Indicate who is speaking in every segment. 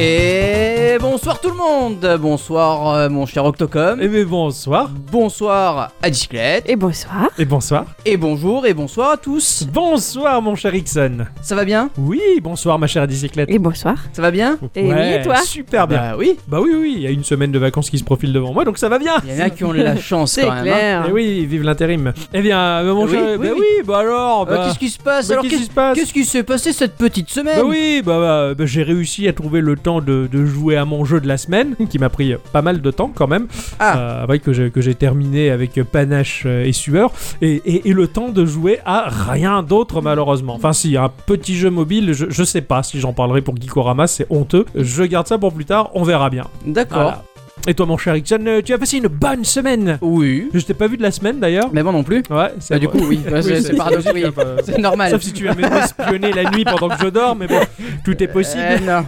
Speaker 1: Et bonsoir tout le monde Bonsoir euh, mon cher Octocom,
Speaker 2: Eh bien bonsoir.
Speaker 1: bonsoir à Giclette,
Speaker 3: Et bonsoir.
Speaker 2: Et bonsoir.
Speaker 1: et bonjour et bonsoir à tous
Speaker 2: Bonsoir mon cher Ixon.
Speaker 1: Ça va bien
Speaker 2: Oui, bonsoir ma chère bicyclette.
Speaker 3: Et bonsoir.
Speaker 1: Ça va bien
Speaker 3: Et oui, et toi
Speaker 2: Super bien. Bah,
Speaker 1: Bah oui
Speaker 2: oui, oui, il y a une semaine de vacances qui se profile devant moi, donc ça va bien.
Speaker 1: Il y en a qui ont de la chance
Speaker 3: C'est
Speaker 1: quand même hein.
Speaker 3: clair.
Speaker 2: Eh oui, vive l'intérim. Eh bien, euh, mon
Speaker 1: Oui,
Speaker 2: cher...
Speaker 1: oui,
Speaker 2: bah
Speaker 1: oui.
Speaker 2: oui, bah alors...
Speaker 1: Euh,
Speaker 2: Bah,
Speaker 1: Qu'est-ce qui se passe
Speaker 2: bah,
Speaker 1: Alors
Speaker 2: qu'est-ce qui
Speaker 1: qu'est-
Speaker 2: se passe
Speaker 1: qu'est-ce qui s'est passé cette petite semaine
Speaker 2: Bah oui, bah, bah, bah, j'ai réussi à trouver le temps de, de jouer à mon jeu de la semaine, qui m'a pris pas mal de temps quand même.
Speaker 1: Ah.
Speaker 2: Euh, vrai que j'ai, que j'ai terminé avec panache euh, et sueur, et, et- et le temps de jouer à rien d'autre malheureusement. Enfin si, un petit jeu mobile, je, je sais pas si j'en parlerai pour Geekorama, c'est honteux. Je garde ça pour plus tard, on verra bien.
Speaker 1: D'accord.
Speaker 2: Voilà. Et toi mon cher Ixon, euh, tu as passé une bonne semaine
Speaker 1: Oui.
Speaker 2: Je t'ai pas vu de la semaine d'ailleurs.
Speaker 1: Mais moi non plus.
Speaker 2: Ouais, c'est
Speaker 1: Bah, du
Speaker 2: vrai.
Speaker 1: coup, oui. Bah,
Speaker 2: Oui,
Speaker 1: c'est c'est paradoxique.
Speaker 2: logique, hein, bah.
Speaker 1: C'est normal.
Speaker 2: Sauf si tu as même espionné la nuit pendant que je dors, mais bon, tout est possible.
Speaker 1: Euh, non.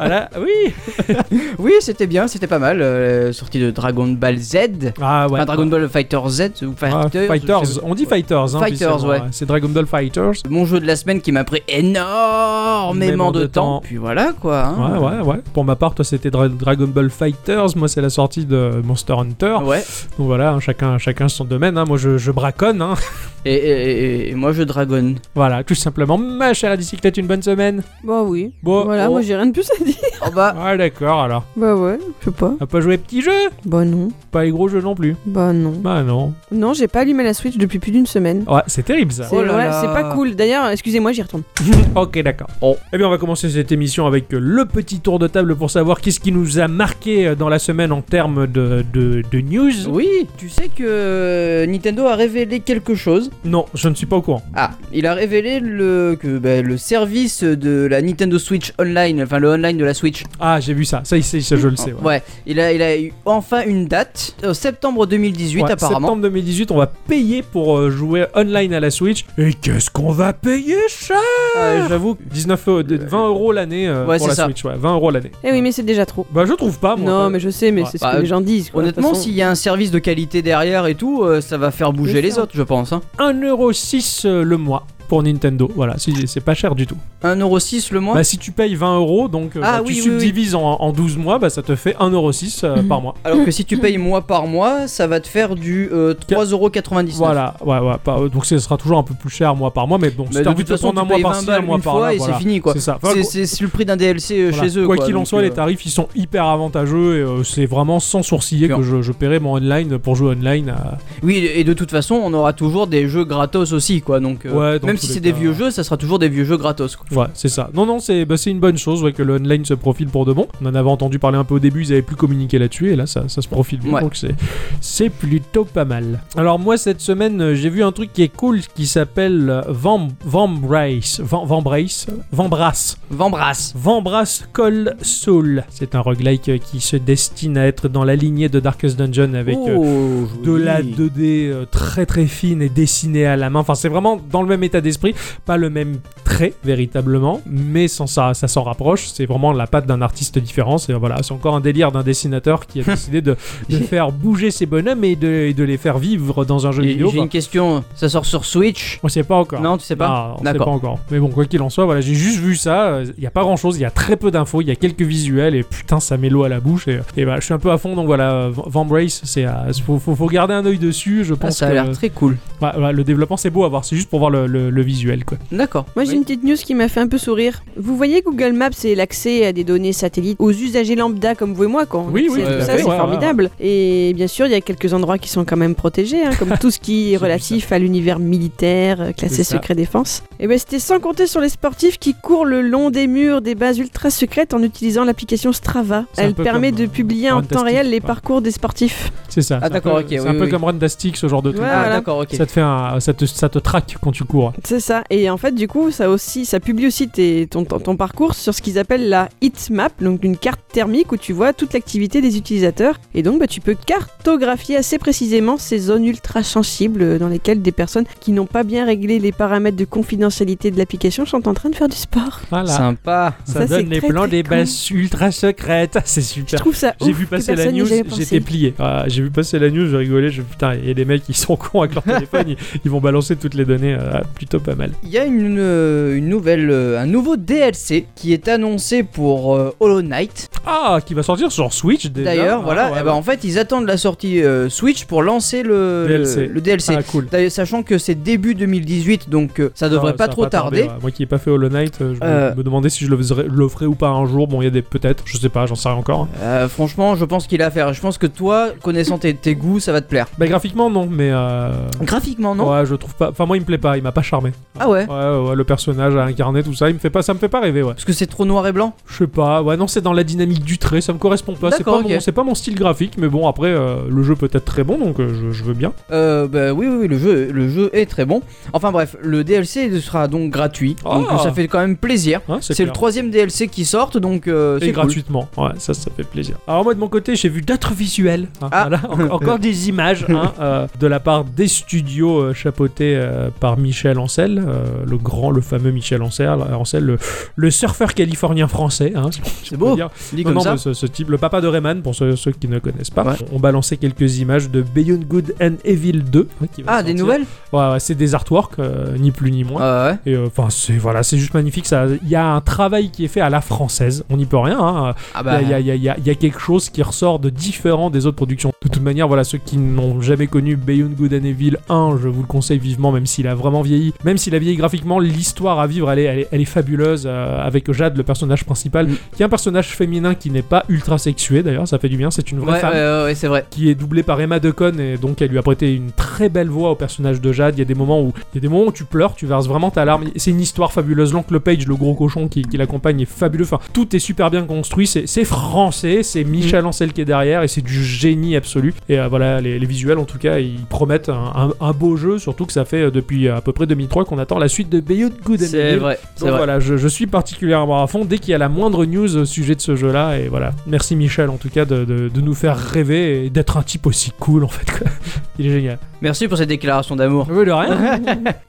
Speaker 2: Ah là, oui
Speaker 1: Oui, c'était bien, c'était pas mal. euh, sortie de Dragon Ball Z.
Speaker 2: Ah ouais.
Speaker 1: Enfin, Dragon Ball Fighter Z ou
Speaker 2: Ah,
Speaker 1: Fighters. je sais
Speaker 2: Fighters,
Speaker 1: pas.
Speaker 2: on dit Fighters. Hein,
Speaker 1: Fighters,
Speaker 2: puisque,
Speaker 1: ouais.
Speaker 2: C'est Dragon Ball Fighters.
Speaker 1: Mon jeu de la semaine qui m'a pris énormément
Speaker 2: Énormément
Speaker 1: de,
Speaker 2: de
Speaker 1: temps.
Speaker 2: temps.
Speaker 1: Puis voilà quoi. hein.
Speaker 2: Ouais, ouais, ouais. Pour ma part, toi, c'était Dra- Dragon Ball Fighters. Moi, c'est la sortie de Monster Hunter.
Speaker 1: Ah Ouais.
Speaker 2: Donc voilà, hein, chacun, chacun son domaine. hein. Moi, je, je braconne. hein.
Speaker 1: Et, et- et- et moi je dragonne.
Speaker 2: Voilà, tout simplement. Ma chère Adicy, que t'as une bonne semaine.
Speaker 3: Bah oui.
Speaker 2: Bon,
Speaker 3: voilà,
Speaker 2: oh.
Speaker 3: moi j'ai rien de plus à dire.
Speaker 1: Oh bah.
Speaker 2: Ah, d'accord, alors.
Speaker 3: Bah ouais, je sais pas.
Speaker 2: T'as pas joué petit jeu
Speaker 3: Bah non.
Speaker 2: Pas les gros jeux non plus.
Speaker 3: Bah non.
Speaker 2: Bah non.
Speaker 3: Non, j'ai pas allumé la Switch depuis plus d'une semaine.
Speaker 2: Ouais, c'est terrible ça.
Speaker 3: C'est
Speaker 1: Oh là
Speaker 3: ouais,
Speaker 1: là.
Speaker 3: c'est pas cool. D'ailleurs, excusez-moi, j'y retourne.
Speaker 2: Ok, d'accord.
Speaker 1: Bon.
Speaker 2: Eh bien, on va commencer cette émission avec euh, le petit tour de table pour savoir qu'est-ce qui nous a marqué euh, dans la semaine en termes de, de, de news.
Speaker 1: Oui, tu sais que Nintendo a révélé quelque chose.
Speaker 2: Non, je ne suis pas au courant.
Speaker 1: Ah, il a révélé le, que bah, le service de la Nintendo Switch Online, enfin le online de la Switch.
Speaker 2: Ah, j'ai vu ça. Ça, ici, ça, je le sais. ouais.
Speaker 1: Ouais, il, a, il a eu enfin une date, euh, septembre 2018
Speaker 2: Ouais,
Speaker 1: apparemment.
Speaker 2: Septembre 2018, on va payer pour euh, jouer online à la Switch. Et qu'est-ce qu'on va payer, cher
Speaker 1: Euh, J'avoue.
Speaker 2: 19, euh, de- 20 euros l'année euh,
Speaker 1: Ouais,
Speaker 2: pour
Speaker 1: c'est
Speaker 2: la
Speaker 1: ça.
Speaker 2: Switch. Ouais, 20 euros l'année.
Speaker 3: Eh oui, mais c'est déjà trop.
Speaker 2: Bah, je trouve pas, moi.
Speaker 3: non, mais je sais, mais
Speaker 2: Ouais.
Speaker 3: c'est ce
Speaker 1: Bah,
Speaker 3: que les gens disent. quoi, de toute
Speaker 1: Honnêtement,
Speaker 3: façon.
Speaker 1: s'il y a un service de qualité derrière et tout, euh, ça va faire bouger
Speaker 3: Bien
Speaker 1: les
Speaker 3: sûr.
Speaker 1: autres, je pense. Hein.
Speaker 2: 1,06€ euh, le mois pour Nintendo. Voilà, si- c'est pas cher du tout.
Speaker 1: 1,06€ le mois.
Speaker 2: Bah, si tu payes 20 euros, donc euh,
Speaker 1: Ah,
Speaker 2: bah,
Speaker 1: oui,
Speaker 2: tu
Speaker 1: oui,
Speaker 2: subdivises En, en 12 mois, bah, ça te fait 1,06€ euh,
Speaker 3: Mhm.
Speaker 2: par mois.
Speaker 1: Alors que si tu payes mois par mois, ça va te faire du euh, 3,99€.
Speaker 2: Voilà, ouais, ouais, pas- euh, donc ce sera toujours un peu plus cher mois par mois, mais bon,
Speaker 1: Mais
Speaker 2: si t'as
Speaker 1: Bah, de
Speaker 2: envie
Speaker 1: toute
Speaker 2: de te
Speaker 1: façon,
Speaker 2: prendre un
Speaker 1: tu
Speaker 2: mois
Speaker 1: payes
Speaker 2: par
Speaker 1: 20
Speaker 2: ci, un
Speaker 1: balles
Speaker 2: mois
Speaker 1: une
Speaker 2: par
Speaker 1: fois
Speaker 2: là,
Speaker 1: et
Speaker 2: voilà.
Speaker 1: c'est fini quoi.
Speaker 2: C'est ça. Enfin,
Speaker 1: C'est c'est- c'est le prix d'un DLC
Speaker 2: Voilà.
Speaker 1: chez eux.
Speaker 2: Quoi
Speaker 1: quoi,
Speaker 2: qu'il en
Speaker 1: donc,
Speaker 2: soit,
Speaker 1: euh,
Speaker 2: les tarifs ils sont hyper avantageux et euh, c'est vraiment sans sourciller
Speaker 1: Sûr.
Speaker 2: que je, je paierai mon online pour jouer online. euh, à-
Speaker 1: Oui, et de toute façon, on aura toujours des jeux gratos aussi quoi. Donc, euh,
Speaker 2: Ouais, dans
Speaker 1: même
Speaker 2: tous
Speaker 1: si
Speaker 2: les
Speaker 1: c'est des
Speaker 2: cas.
Speaker 1: vieux jeux, ça sera toujours des vieux jeux gratos quoi.
Speaker 2: Ouais, c'est ça. Non, non, c'est bah, c'est une bonne chose ouais, que le online se profile pour de bon. On en avait entendu parler un peu au début, ils avaient plus communiqué là-dessus et là ça, ça se profile bien.
Speaker 1: Ouais.
Speaker 2: Donc c'est- c'est plutôt pas mal. Alors moi cette semaine euh, j'ai vu un truc qui est cool qui s'appelle euh, Vam- Vambrace. Vam- Vambrace. Vambrace.
Speaker 1: Vambrasse.
Speaker 2: Vambrace Call Soul. C'est un roguelike euh, qui se destine à être dans la lignée de Darkest Dungeon avec euh,
Speaker 1: Oh,
Speaker 2: de
Speaker 1: joli.
Speaker 2: la 2D euh, très très fine et dessinée à la main. Enfin, c'est vraiment dans le même état d'esprit, pas le même trait véritablement, mais sans ça, ça s'en rapproche. C'est vraiment la patte d'un artiste différent. C'est voilà, c'est encore un délire d'un dessinateur qui a décidé de, de faire bouger ses bonhommes et de, et de les faire vivre dans un jeu
Speaker 1: Et
Speaker 2: vidéo.
Speaker 1: J'ai
Speaker 2: quoi.
Speaker 1: une question. Ça sort sur Switch
Speaker 2: On sait pas encore.
Speaker 1: Non, tu sais pas.
Speaker 2: Non, Ah, on sait pas
Speaker 1: D'accord.
Speaker 2: encore. Mais bon, quoi qu'il en soit, voilà, j'ai juste vu ça. Il n'y a pas grand chose, il y a très peu d'infos, il y a quelques visuels et putain, ça met l'eau à la bouche. Et, et bah, je suis un peu à fond, donc voilà, euh, Vam- Vambrace, c'est euh, faut, faut, faut garder un œil dessus. Je
Speaker 1: Ah,
Speaker 2: pense
Speaker 1: ça a
Speaker 2: que
Speaker 1: l'air très cool.
Speaker 2: Ouais, ouais, le développement c'est beau à voir, c'est juste pour voir le, le- le visuel quoi.
Speaker 1: D'accord.
Speaker 3: Moi, j'ai
Speaker 1: Oui.
Speaker 3: une petite news qui m'a fait un peu sourire. Vous voyez, Google Maps, c'est l'accès à des données satellites aux usagers lambda comme vous et moi, quand on
Speaker 2: Oui,
Speaker 3: accède
Speaker 2: oui,
Speaker 3: à
Speaker 1: tout
Speaker 3: tout
Speaker 1: à
Speaker 3: ça,
Speaker 1: fait,
Speaker 3: c'est
Speaker 2: ouais,
Speaker 3: formidable. Et bien sûr, il y a quelques endroits qui sont quand même protégés, hein, comme tout ce qui
Speaker 2: J'ai
Speaker 3: est
Speaker 2: vu
Speaker 3: relatif à l'univers militaire, euh, classé
Speaker 2: C'est ça.
Speaker 3: secret défense. Et ben, c'était sans compter sur les sportifs qui courent le long des murs des bases ultra secrètes en utilisant l'application Strava.
Speaker 2: C'est un
Speaker 3: Elle
Speaker 2: peu
Speaker 3: permet
Speaker 2: comme,
Speaker 3: de
Speaker 2: euh,
Speaker 3: publier en temps
Speaker 2: Runtastic,
Speaker 3: réel les
Speaker 2: quoi.
Speaker 3: parcours des sportifs.
Speaker 2: C'est ça.
Speaker 1: Ah,
Speaker 2: c'est un
Speaker 1: d'accord,
Speaker 2: peu-
Speaker 1: ok,
Speaker 2: C'est
Speaker 1: oui,
Speaker 2: un peu
Speaker 1: oui.
Speaker 2: comme Runtastic, ce genre de truc.
Speaker 3: Ouais,
Speaker 1: Ah,
Speaker 3: voilà.
Speaker 1: d'accord, ok.
Speaker 2: Ça te fait un, ça te, ça te traque quand tu cours.
Speaker 3: C'est ça. Et en fait, du coup, ça aussi, ça publie aussi tes- ton, ton- ton parcours sur ce qu'ils appellent la heat map, donc une carte thermique où tu vois toute l'activité des utilisateurs. Et donc, bah, tu peux cartographier assez précisément ces zones ultra sensibles euh, dans lesquelles des personnes qui n'ont pas bien réglé les paramètres de confidentialité de l'application sont en train de faire du sport.
Speaker 2: Voilà.
Speaker 1: Sympa.
Speaker 2: Ça,
Speaker 3: Ça,
Speaker 2: donne
Speaker 3: c'est
Speaker 2: les
Speaker 3: très,
Speaker 2: plans
Speaker 3: très
Speaker 2: des
Speaker 3: cool.
Speaker 2: bases ultra secrètes. C'est
Speaker 3: Je
Speaker 2: super.
Speaker 3: trouve ça
Speaker 2: J'ai
Speaker 3: ouf
Speaker 2: vu
Speaker 3: que
Speaker 2: passer la
Speaker 3: personne n'y ait
Speaker 2: news,
Speaker 3: jamais pensé.
Speaker 2: j'étais plié. Ah, j'ai vu passer la news, j'ai rigolé. Je, putain, et les mecs ils sont cons avec leur téléphone, ils, ils vont balancer toutes les données. Ah, putain, plutôt pas mal.
Speaker 1: Il y a une, euh, une nouvelle, euh, un nouveau DLC qui est annoncé pour euh, Hollow Knight.
Speaker 2: Ah, qui va sortir sur Switch déjà.
Speaker 1: D'ailleurs,
Speaker 2: Ah,
Speaker 1: voilà,
Speaker 2: ouais,
Speaker 1: eh ben,
Speaker 2: ouais.
Speaker 1: en fait, ils attendent la sortie euh, Switch pour lancer le
Speaker 2: DLC.
Speaker 1: le- le DLC.
Speaker 2: Ah, cool.
Speaker 1: D'ailleurs, Sachant que c'est début 2018, donc euh, ça devrait
Speaker 2: Ah,
Speaker 1: pas
Speaker 2: ça va
Speaker 1: trop tarder.
Speaker 2: ouais. Moi qui n'ai pas fait Hollow Knight, euh, je me-
Speaker 1: Euh.
Speaker 2: me demandais si je le, faiserais- le ferais ou pas un jour. Bon, il y a des peut-être, je sais pas, j'en sais rien encore. hein.
Speaker 1: Euh, franchement, je pense qu'il a à faire. Je pense que toi, connaissant tes, tes goûts, ça va te plaire.
Speaker 2: Bah, graphiquement, non, mais. euh,
Speaker 1: Graphiquement, non
Speaker 2: Ouais, je trouve pas. Enfin, moi, il me plaît pas, il m'a pas charmé.
Speaker 1: Ah ouais
Speaker 2: Ouais, ouais, ouais, le personnage à incarner, tout ça, il me fait pas, ça me fait pas rêver, ouais.
Speaker 1: Parce que c'est trop noir et blanc
Speaker 2: Je sais pas, ouais, non, c'est dans la dynamique du trait, ça me correspond pas. C'est pas,
Speaker 1: D'accord, ok.
Speaker 2: mon, c'est pas mon style graphique, mais bon, après, euh, le jeu peut être très bon, donc euh, je, je veux bien.
Speaker 1: euh, bah oui, oui, oui, le jeu, le jeu est très bon. Enfin bref, le DLC sera donc gratuit. Donc
Speaker 2: Ah.
Speaker 1: ça fait quand même plaisir.
Speaker 2: Hein,
Speaker 1: C'est le
Speaker 2: clair.
Speaker 1: troisième DLC qui sort, donc euh,
Speaker 2: Et
Speaker 1: c'est cool.
Speaker 2: gratuitement, ouais, ça, ça fait plaisir. Alors, moi, de mon côté, j'ai vu d'autres visuels. hein,
Speaker 1: Ah.
Speaker 2: voilà, en- encore des images hein, euh, de la part des studios euh, chapeautés euh, par Michel Ancel, euh, le grand, le fameux Michel Ancel, euh, Ancel le, le surfeur californien français. Hein, si on
Speaker 1: C'est
Speaker 2: peut
Speaker 1: beau, bah,
Speaker 2: dire.
Speaker 1: dit
Speaker 2: Non,
Speaker 1: comme
Speaker 2: non,
Speaker 1: ça.
Speaker 2: mais ce, ce type, le papa de Rayman, pour ceux, ceux qui ne connaissent pas,
Speaker 1: Ouais.
Speaker 2: on balançait quelques images de Beyond Good and Evil 2. hein, qui va
Speaker 1: Ah, des
Speaker 2: sortir.
Speaker 1: nouvelles
Speaker 2: Ouais, ouais, c'est des artworks, euh, ni plus ni moins.
Speaker 1: Ah ouais.
Speaker 2: Et euh, enfin, c'est voilà, c'est juste magnifique. ça- Il y a un travail qui est fait à la française. On n'y peut rien.
Speaker 1: Ah
Speaker 2: hein. Il y a-
Speaker 1: bah,
Speaker 2: il y, a- il y a- il y a- il y a quelque chose qui ressort de différent des autres productions. De toute manière, voilà, ceux qui n'ont jamais connu Beyond Good and Evil 1, je vous le conseille vivement, même s'il a vraiment vieilli. Même s'il a vieilli graphiquement, l'histoire à vivre, elle est, elle est, elle est fabuleuse. euh, avec Jade, le personnage principal,
Speaker 1: Mm.
Speaker 2: qui est un personnage féminin qui n'est pas ultra sexué d'ailleurs, ça fait du bien, c'est une vraie
Speaker 1: ouais, ouais,
Speaker 2: femme.
Speaker 1: ouais, ouais, c'est vrai.
Speaker 2: qui est doublée par Emma Deacon et donc elle lui a prêté une très belle voix au personnage de Jade. Il y a des moments où il y a des moments où tu pleures, tu verses vraiment ta larme. C'est une histoire fabuleuse. L'oncle Page, le gros cochon qui, qui l'accompagne, est fabuleux. Enfin, tout est super bien construit. C'est c'est français, c'est
Speaker 1: Mm.
Speaker 2: Michel Ancel qui est derrière et c'est du génie absolu. Et euh, voilà, les, les visuels en tout cas, ils promettent un, un- un beau jeu. Surtout que ça fait euh, depuis à peu près 2003 qu'on attend la suite de Beyond Good and
Speaker 1: C'est
Speaker 2: Evil.
Speaker 1: vrai, c'est
Speaker 2: Donc
Speaker 1: vrai.
Speaker 2: voilà, je, je suis particulièrement à fond dès qu'il y a la moindre news au sujet de ce jeu-là. Et voilà, merci Michel en tout cas de, de- de nous faire rêver et d'être un type aussi cool en fait. quoi. Il est génial.
Speaker 1: Merci pour cette déclaration d'amour.
Speaker 2: Oui, de rien.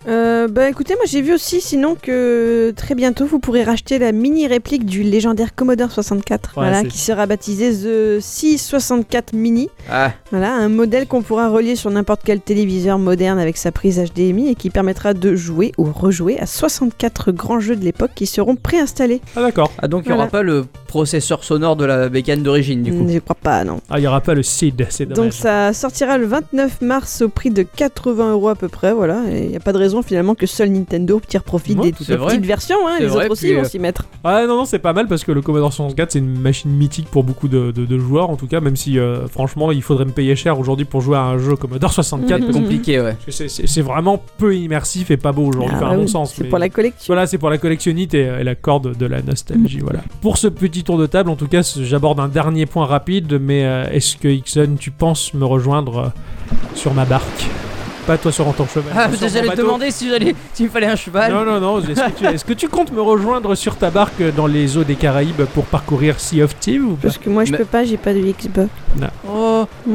Speaker 3: Euh, bah écoutez, moi j'ai vu aussi sinon que très bientôt vous pourrez racheter la mini réplique du légendaire Commodore 64,
Speaker 2: Ouais,
Speaker 3: voilà,
Speaker 2: c'est-
Speaker 3: qui sera baptisée The 664 Mini.
Speaker 1: Ah,
Speaker 3: Voilà, un modèle qu'on pourra relier sur n'importe quel téléviseur moderne avec sa prise HDMI et qui permettra de jouer ou rejouer à 64 grands jeux de l'époque qui seront préinstallés.
Speaker 2: Ah d'accord.
Speaker 1: ah, donc il n'y
Speaker 3: Voilà.
Speaker 1: aura pas le processeur sonore de la bécane d'origine, du coup.
Speaker 3: Hmm, Je crois pas, non.
Speaker 2: Ah, il n'y aura pas le seed, c'est dommage.
Speaker 3: Donc ça sortira le 29 mars au prix de 80 euros à peu près, voilà. Et il n'y a pas de raison finalement que seul Nintendo tire profit
Speaker 2: Ouais,
Speaker 3: des
Speaker 1: tout à
Speaker 3: petites
Speaker 1: fait.
Speaker 3: versions, hein,
Speaker 1: C'est
Speaker 3: les
Speaker 1: vrai,
Speaker 3: autres aussi
Speaker 1: puis,
Speaker 3: ils
Speaker 1: euh,
Speaker 3: vont s'y mettre.
Speaker 2: Ah non, non, c'est pas mal parce que le Commodore 64, c'est une machine mythique pour beaucoup de, de- de joueurs en tout cas, même si euh, franchement, il faudrait me payer cher aujourd'hui pour jouer à un jeu Commodore 64.
Speaker 3: Mhm.
Speaker 2: parce
Speaker 1: Compliqué, ouais.
Speaker 2: que c'est- C'est c'est vraiment peu immersif et pas beau aujourd'hui,
Speaker 3: Ah,
Speaker 2: enfin, à
Speaker 3: bah
Speaker 2: mon
Speaker 3: oui,
Speaker 2: sens.
Speaker 3: C'est
Speaker 2: mais-
Speaker 3: pour la collection.
Speaker 2: Voilà, c'est pour la collectionnite et, euh, et la corde de la nostalgie, voilà. Pour ce petit tour de table, en tout cas, ce- j'aborde un dernier point rapide, mais euh, est-ce que, Ixon, tu penses me rejoindre euh, sur ma barque Pas toi sur en tant que cheval.
Speaker 1: Ah,
Speaker 2: toi
Speaker 1: parce que
Speaker 2: sur mon
Speaker 1: j'allais te
Speaker 2: bateau.
Speaker 1: demander si j'allais- s'il me fallait un cheval.
Speaker 2: Non, non, non, est-ce que, tu, est-ce que tu comptes me rejoindre sur ta barque euh, dans les eaux des Caraïbes pour parcourir Sea of Thieves ou pas
Speaker 3: Parce que moi je
Speaker 1: Mais-
Speaker 3: peux pas, j'ai pas de Xbox.
Speaker 1: Oh,
Speaker 3: Mm.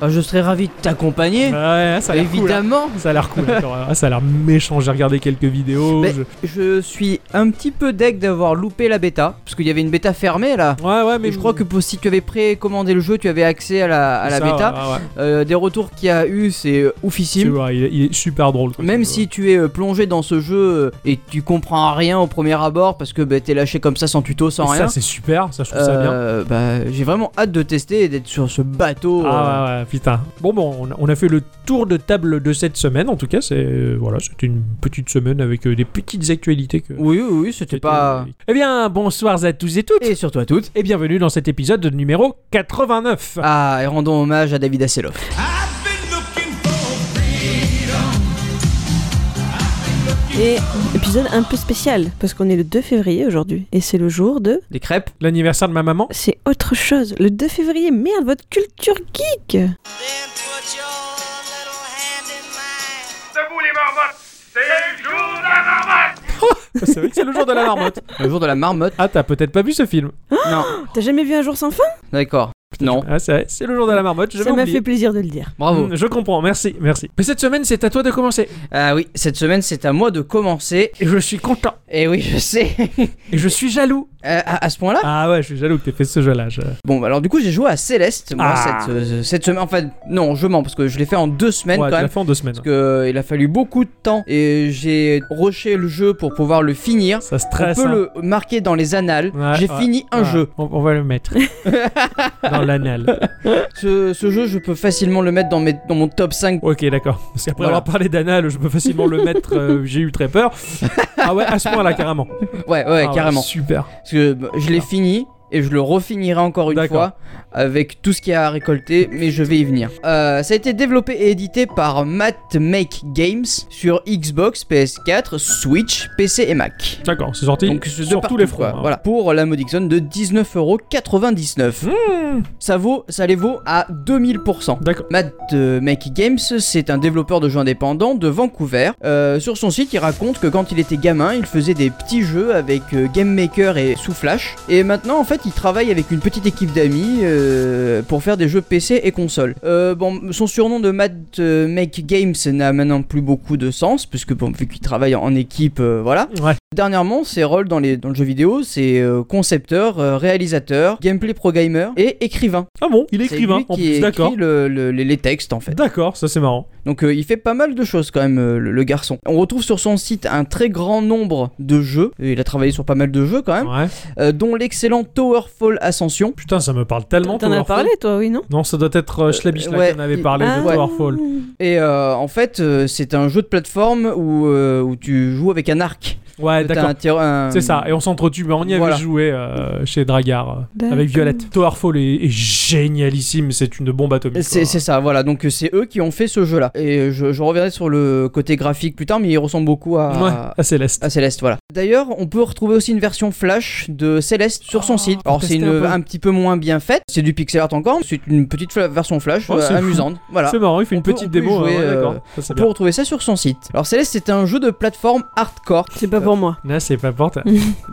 Speaker 1: bah, je serais ravi de t'accompagner.
Speaker 2: Ouais, ça a l'air cool. hein.
Speaker 1: Évidemment.
Speaker 2: Ça a l'air cool, d'accord. Ah, ça a l'air méchant, j'ai regardé quelques vidéos.
Speaker 1: Mais-
Speaker 2: je-
Speaker 1: Je suis un petit peu deg d'avoir loupé la bêta, parce qu'il y avait une bêta fermée là.
Speaker 2: Ouais, ouais, mais...
Speaker 1: Mais je crois que pour- si tu avais précommandé le jeu, tu avais accès à la, à la
Speaker 2: Ça,
Speaker 1: bêta.
Speaker 2: ouais, ouais.
Speaker 1: Euh, des retours qu'il y a eu, c'est euh,
Speaker 2: Tu
Speaker 1: oufissime.
Speaker 2: vois, il, est- il est super drôle. quoi,
Speaker 1: Même
Speaker 2: tu vois.
Speaker 1: si tu es euh, plongé dans ce jeu euh, et tu comprends rien au premier abord parce que bah, t'es lâché comme ça sans tuto, sans
Speaker 2: Ça,
Speaker 1: rien.
Speaker 2: c'est super, ça, je trouve ça bien.
Speaker 1: euh, bah, j'ai vraiment hâte de tester et d'être sur ce bateau. euh,
Speaker 2: Ah ouais, ouais, putain. Bon, bon, on a- on a fait le tour de table de cette semaine. En tout cas, c'est euh, voilà, c'était une petite semaine avec euh, des petites actualités que.
Speaker 1: euh. Oui, oui, oui, c'était pas.
Speaker 2: Eh bien, bonsoir à tous et toutes
Speaker 1: Et surtout à toutes.
Speaker 2: et bienvenue dans cet épisode numéro 89.
Speaker 1: Ah, et rendons hommage à David Asseloff.
Speaker 3: Et épisode un peu spécial, parce qu'on est le 2 février aujourd'hui, et c'est le jour de...
Speaker 1: Des crêpes.
Speaker 2: L'anniversaire de ma maman.
Speaker 3: C'est autre chose, le 2 février, merde, votre culture
Speaker 4: Then
Speaker 3: geek
Speaker 4: put your little hand in mine.
Speaker 5: Debout les marmottes, c'est le jour de la marmotte
Speaker 2: c'est vrai que c'est le jour de la marmotte.
Speaker 1: Le jour de la marmotte.
Speaker 2: Ah, t'as peut-être pas vu ce film.
Speaker 1: non,
Speaker 3: T'as jamais vu Un jour sans fin
Speaker 1: d'accord. Non.
Speaker 2: Ah, c'est vrai, c'est le jour de la marmotte. Je Mm,
Speaker 3: Ça m'a fait plaisir de le dire.
Speaker 1: Bravo.
Speaker 2: Je comprends, merci, merci. Mais cette semaine, c'est à toi de commencer.
Speaker 1: Ah oui, cette semaine c'est à moi de commencer.
Speaker 2: Et je suis content.
Speaker 1: Et oui, je sais.
Speaker 2: Et je suis jaloux.
Speaker 1: Euh, à, à ce point-là
Speaker 2: Ah ouais, je suis jaloux que t'aies fait ce jeu-là. je-
Speaker 1: Bon, bah, alors du coup, j'ai joué à Céleste, moi,
Speaker 2: Ah.
Speaker 1: cette, euh, cette semaine. Enfin, non, je mens, parce que je l'ai fait en deux semaines
Speaker 2: Ouais, tu
Speaker 1: quand
Speaker 2: l'as
Speaker 1: même.
Speaker 2: fait en deux semaines.
Speaker 1: Parce que euh, il a fallu beaucoup de temps et j'ai rushé le jeu pour pouvoir le finir.
Speaker 2: Ça
Speaker 1: On
Speaker 2: stresse.
Speaker 1: peut
Speaker 2: hein.
Speaker 1: le marquer dans les annales.
Speaker 2: Ouais,
Speaker 1: j'ai
Speaker 2: ouais,
Speaker 1: fini un
Speaker 2: Ouais,
Speaker 1: jeu.
Speaker 2: On, on va le mettre dans l'anal.
Speaker 1: Ce, ce jeu, je peux facilement le mettre dans, mes, dans mon top 5.
Speaker 2: Ok, d'accord. Parce qu'après
Speaker 1: Voilà.
Speaker 2: avoir parlé d'anal, je peux facilement le mettre. euh, J'ai eu très peur. Ah ouais, à ce point-là, carrément.
Speaker 1: Ouais, ouais,
Speaker 2: Ah
Speaker 1: carrément.
Speaker 2: super.
Speaker 1: Parce que bah, je l'ai fini et je le refinirai encore une
Speaker 2: D'accord.
Speaker 1: fois avec tout ce qu'il y a à récolter, mais je vais y venir. Euh, ça a été développé et édité par Matt Make Games sur Xbox, PS4, Switch, PC et Mac.
Speaker 2: D'accord, c'est sorti
Speaker 1: Donc de
Speaker 2: sur
Speaker 1: partout,
Speaker 2: tous les fronts.
Speaker 1: quoi.
Speaker 2: hein.
Speaker 1: Voilà. Pour la modique zone de 19,99€.
Speaker 2: Mmh,
Speaker 1: Ça vaut, ça les vaut à 2000%.
Speaker 2: D'accord.
Speaker 1: Matt euh, Make Games, c'est un développeur de jeux indépendants de Vancouver. Euh, sur son site, il raconte que quand il était gamin, il faisait des petits jeux avec euh, Game Maker et sous Flash. Et maintenant, en fait, il travaille avec une petite équipe d'amis euh, pour faire des jeux PC et console. Euh, bon, son surnom de Matt euh, Make Games n'a maintenant plus beaucoup de sens, puisque bon, vu qu'il travaille en équipe, euh, voilà.
Speaker 2: Ouais.
Speaker 1: Dernièrement, ses rôles dans, les, dans le jeu vidéo, c'est euh, concepteur, euh, réalisateur, gameplay pro-gamer et écrivain.
Speaker 2: Ah bon, il est
Speaker 1: C'est
Speaker 2: écrivain
Speaker 1: lui
Speaker 2: en
Speaker 1: qui
Speaker 2: plus,
Speaker 1: écrit
Speaker 2: d'accord.
Speaker 1: le- le- les, les textes en fait.
Speaker 2: D'accord, ça c'est marrant.
Speaker 1: Donc euh, il fait pas mal de choses quand même, euh, le, le garçon. On retrouve sur son site un très grand nombre de jeux, et il a travaillé sur pas mal de jeux quand même,
Speaker 2: Ouais.
Speaker 1: euh, dont l'excellent Towerfall Ascension.
Speaker 2: Putain, ça me parle tellement.
Speaker 3: T'en as
Speaker 2: Towerfall.
Speaker 3: parlé, toi, oui, non
Speaker 2: Non, ça doit être euh, Schlabisch, là
Speaker 1: ouais,
Speaker 2: qu'on avait
Speaker 1: il-
Speaker 2: parlé
Speaker 1: Ah.
Speaker 2: de Towerfall.
Speaker 1: Et euh, en fait, euh, c'est un jeu de plateforme où, euh, où tu joues avec un arc. Euh,
Speaker 2: Ouais,
Speaker 1: T'as
Speaker 2: Ah, d'accord.
Speaker 1: un tir- un-
Speaker 2: C'est ça, et on s'entretue. mais On y avait
Speaker 1: Voilà.
Speaker 2: joué euh, chez Dragar euh,
Speaker 3: D'accord.
Speaker 2: avec Violette. Towerfall est, est génialissime, c'est une bombe atomique.
Speaker 1: C'est
Speaker 2: quoi.
Speaker 1: c'est ça, voilà. Donc euh, c'est eux qui ont fait ce jeu-là. Et je, je reviendrai sur le côté graphique plus tard, mais il ressemble beaucoup à,
Speaker 2: Ouais, à Céleste.
Speaker 1: à Céleste, voilà. D'ailleurs, on peut retrouver aussi une version flash de Céleste sur son
Speaker 2: Oh,
Speaker 1: site.
Speaker 2: pour
Speaker 1: Alors c'est
Speaker 2: tester
Speaker 1: une
Speaker 2: un peu.
Speaker 1: un petit peu moins bien faite. C'est du pixel art encore. C'est une petite fla- version flash
Speaker 2: Oh,
Speaker 1: euh,
Speaker 2: c'est fou.
Speaker 1: amusante, voilà.
Speaker 2: C'est marrant, il fait
Speaker 1: On
Speaker 2: une
Speaker 1: peut-
Speaker 2: petite
Speaker 1: on peut y
Speaker 2: démo.
Speaker 1: jouer,
Speaker 2: hein, ouais,
Speaker 1: euh,
Speaker 2: d'accord. Ça, c'est
Speaker 1: On peut
Speaker 2: bien.
Speaker 1: retrouver ça sur son site. Alors Céleste, c'est un jeu de plateforme hardcore.
Speaker 3: C'est pas pour moi.
Speaker 2: Là, c'est pas pour ta-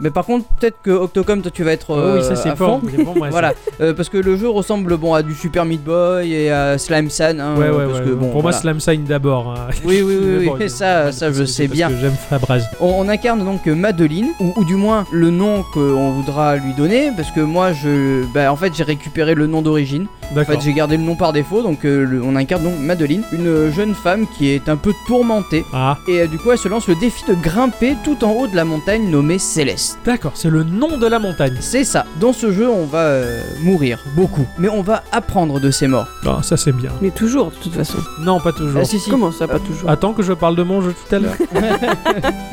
Speaker 1: Mais par contre, peut-être que Octocom, toi, tu vas être
Speaker 2: Ah
Speaker 1: euh,
Speaker 2: oui, ça c'est
Speaker 1: à
Speaker 2: fort.
Speaker 1: fond.
Speaker 2: mais bon, ouais,
Speaker 1: Voilà, Euh, parce que le jeu ressemble bon à du Super Meat Boy et à Slime San. hein,
Speaker 2: c'est- Ouais, ouais,
Speaker 1: parce
Speaker 2: ouais.
Speaker 1: que, bon,
Speaker 2: Pour moi,
Speaker 1: voilà.
Speaker 2: Slam Sign d'abord. hein.
Speaker 1: Oui, oui, oui,
Speaker 2: D'abord,
Speaker 1: oui.
Speaker 2: ils
Speaker 1: ça,
Speaker 2: ont-
Speaker 1: ça je
Speaker 2: parce
Speaker 1: sais
Speaker 2: que
Speaker 1: bien.
Speaker 2: J'aime Fabrez.
Speaker 1: On, on incarne donc Madeline, ou, ou du moins le nom qu'on voudra lui donner, parce que moi, je, bah, en fait, j'ai récupéré le nom d'origine. En
Speaker 2: D'accord.
Speaker 1: fait, j'ai gardé le nom par défaut, donc euh, le- on incarne donc Madeline, une euh, jeune femme qui est un peu tourmentée.
Speaker 2: Ah,
Speaker 1: Et euh, du coup, elle se lance le défi de grimper tout en haut de la montagne nommée Céleste.
Speaker 2: d'accord, c'est le nom de la montagne.
Speaker 1: C'est ça. Dans ce jeu, on va euh, mourir beaucoup, mais on va apprendre de ses morts.
Speaker 2: Ah, ça c'est bien.
Speaker 3: Mais toujours, de toute façon.
Speaker 2: Non, pas toujours.
Speaker 1: Ah, si, si.
Speaker 3: Comment ça, pas toujours
Speaker 2: Attends que je parle de mon jeu tout à l'heure.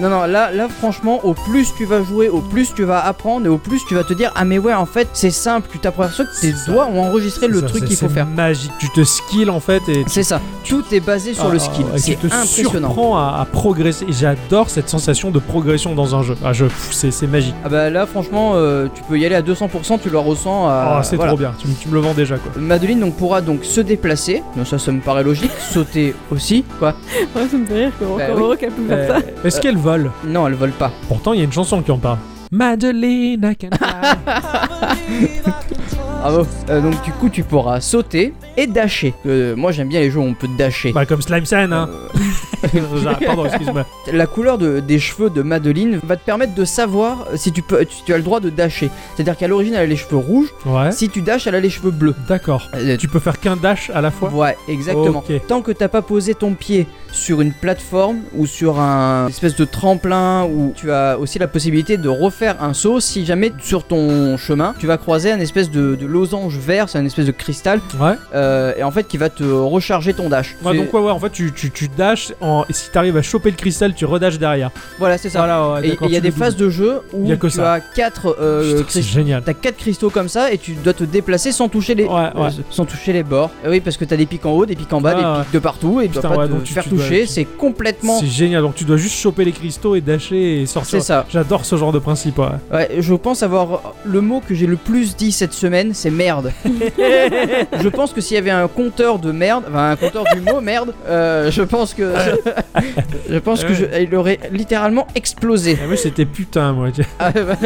Speaker 1: Non, non, là, là, franchement, au plus tu vas jouer, au plus tu vas apprendre et au plus tu vas te dire Ah, mais ouais, en fait, c'est simple, tu t'aperçois que tes
Speaker 2: C'est ça.
Speaker 1: doigts ont enregistré le
Speaker 2: Ça,
Speaker 1: truc
Speaker 2: c'est-
Speaker 1: qu'il faut
Speaker 2: c'est
Speaker 1: faire.
Speaker 2: Magique, tu te skills en fait et
Speaker 1: C'est ça, tout est basé sur le
Speaker 2: Ah,
Speaker 1: skill,
Speaker 2: et tu
Speaker 1: c'est
Speaker 2: te
Speaker 1: impressionnant.
Speaker 2: surprends à, à progresser. Et J'adore cette sensation de progression dans un jeu. Ah, je, pff, c'est c'est magique.
Speaker 1: Ah, bah là, franchement, euh, tu peux y aller à 200%, tu le ressens à.
Speaker 2: Ah, c'est
Speaker 1: voilà.
Speaker 2: trop bien. Tu, me- tu me le vends déjà quoi.
Speaker 1: Madeline donc pourra donc se déplacer, donc ça ça me paraît logique, sauter aussi, quoi.
Speaker 3: Ouais, ça me fait rire, encore
Speaker 1: Bah oui.
Speaker 3: heureux qu'elle peut faire ça.
Speaker 2: Euh, Est-ce qu'elle vole
Speaker 1: Non, elle vole pas.
Speaker 2: Pourtant, il y a une chanson qui en parle. Madeleine, I can fly.
Speaker 1: Bravo. Euh, donc du coup tu pourras sauter et dasher. Euh, moi j'aime bien les jeux où on peut dasher.
Speaker 2: Bah, comme Slime San, hein. Pardon, excuse-moi.
Speaker 1: La couleur de- des cheveux de Madeline va te permettre de savoir si tu, peux, tu, tu as le droit de dasher. C'est-à-dire qu'à l'origine, elle a les cheveux rouges.
Speaker 2: Ouais.
Speaker 1: Si tu dashes, elle a les cheveux bleus.
Speaker 2: D'accord.
Speaker 1: Euh,
Speaker 2: Tu peux faire qu'un dash à la fois
Speaker 1: Ouais, exactement.
Speaker 2: Ok.
Speaker 1: Tant que t'as pas posé ton pied sur une plateforme ou sur un espèce de tremplin où tu as aussi la possibilité de refaire un saut si jamais sur ton chemin tu vas croiser un espèce de, de losange vert, c'est un espèce de cristal
Speaker 2: Ouais.
Speaker 1: euh, et en fait qui va te recharger ton dash.
Speaker 2: Ouais,
Speaker 1: C'est-
Speaker 2: donc, ouais, ouais, en fait, tu, tu, tu dashes en... et si t'arrives à choper le cristal, tu redashes derrière.
Speaker 1: Voilà, c'est ça.
Speaker 2: Voilà, ouais,
Speaker 1: Et
Speaker 2: d'accord,
Speaker 1: il y a
Speaker 2: tu
Speaker 1: des
Speaker 2: le
Speaker 1: phases de jeu où
Speaker 2: Y a que
Speaker 1: tu
Speaker 2: ça.
Speaker 1: as 4 euh,
Speaker 2: doubles. Putain, C'est
Speaker 1: cristaux
Speaker 2: génial.
Speaker 1: T'as 4 cristaux comme ça et tu dois te déplacer sans toucher les,
Speaker 2: Ouais, Oh, ouais.
Speaker 1: euh, sans toucher les bords. Euh, oui, parce que t'as des pics en haut, des pics en bas,
Speaker 2: Ah,
Speaker 1: des pics de partout et tu dois
Speaker 2: Putain,
Speaker 1: pas
Speaker 2: ouais,
Speaker 1: te
Speaker 2: donc tu-
Speaker 1: faire
Speaker 2: tu dois-
Speaker 1: toucher.
Speaker 2: tu-
Speaker 1: C'est complètement.
Speaker 2: C'est génial. Donc, tu dois juste choper les cristaux et dasher et sortir.
Speaker 1: C'est ça.
Speaker 2: J'adore ce genre de principe. Ouais.
Speaker 1: Ouais, je pense avoir le mot que j'ai le plus dit cette semaine, c'est merde. je pense que s'il y avait un compteur de merde, enfin un compteur du mot merde, euh, je pense que Je pense que je- il aurait littéralement explosé.
Speaker 2: Ah oui, c'était putain, moi.
Speaker 1: Ah, bah,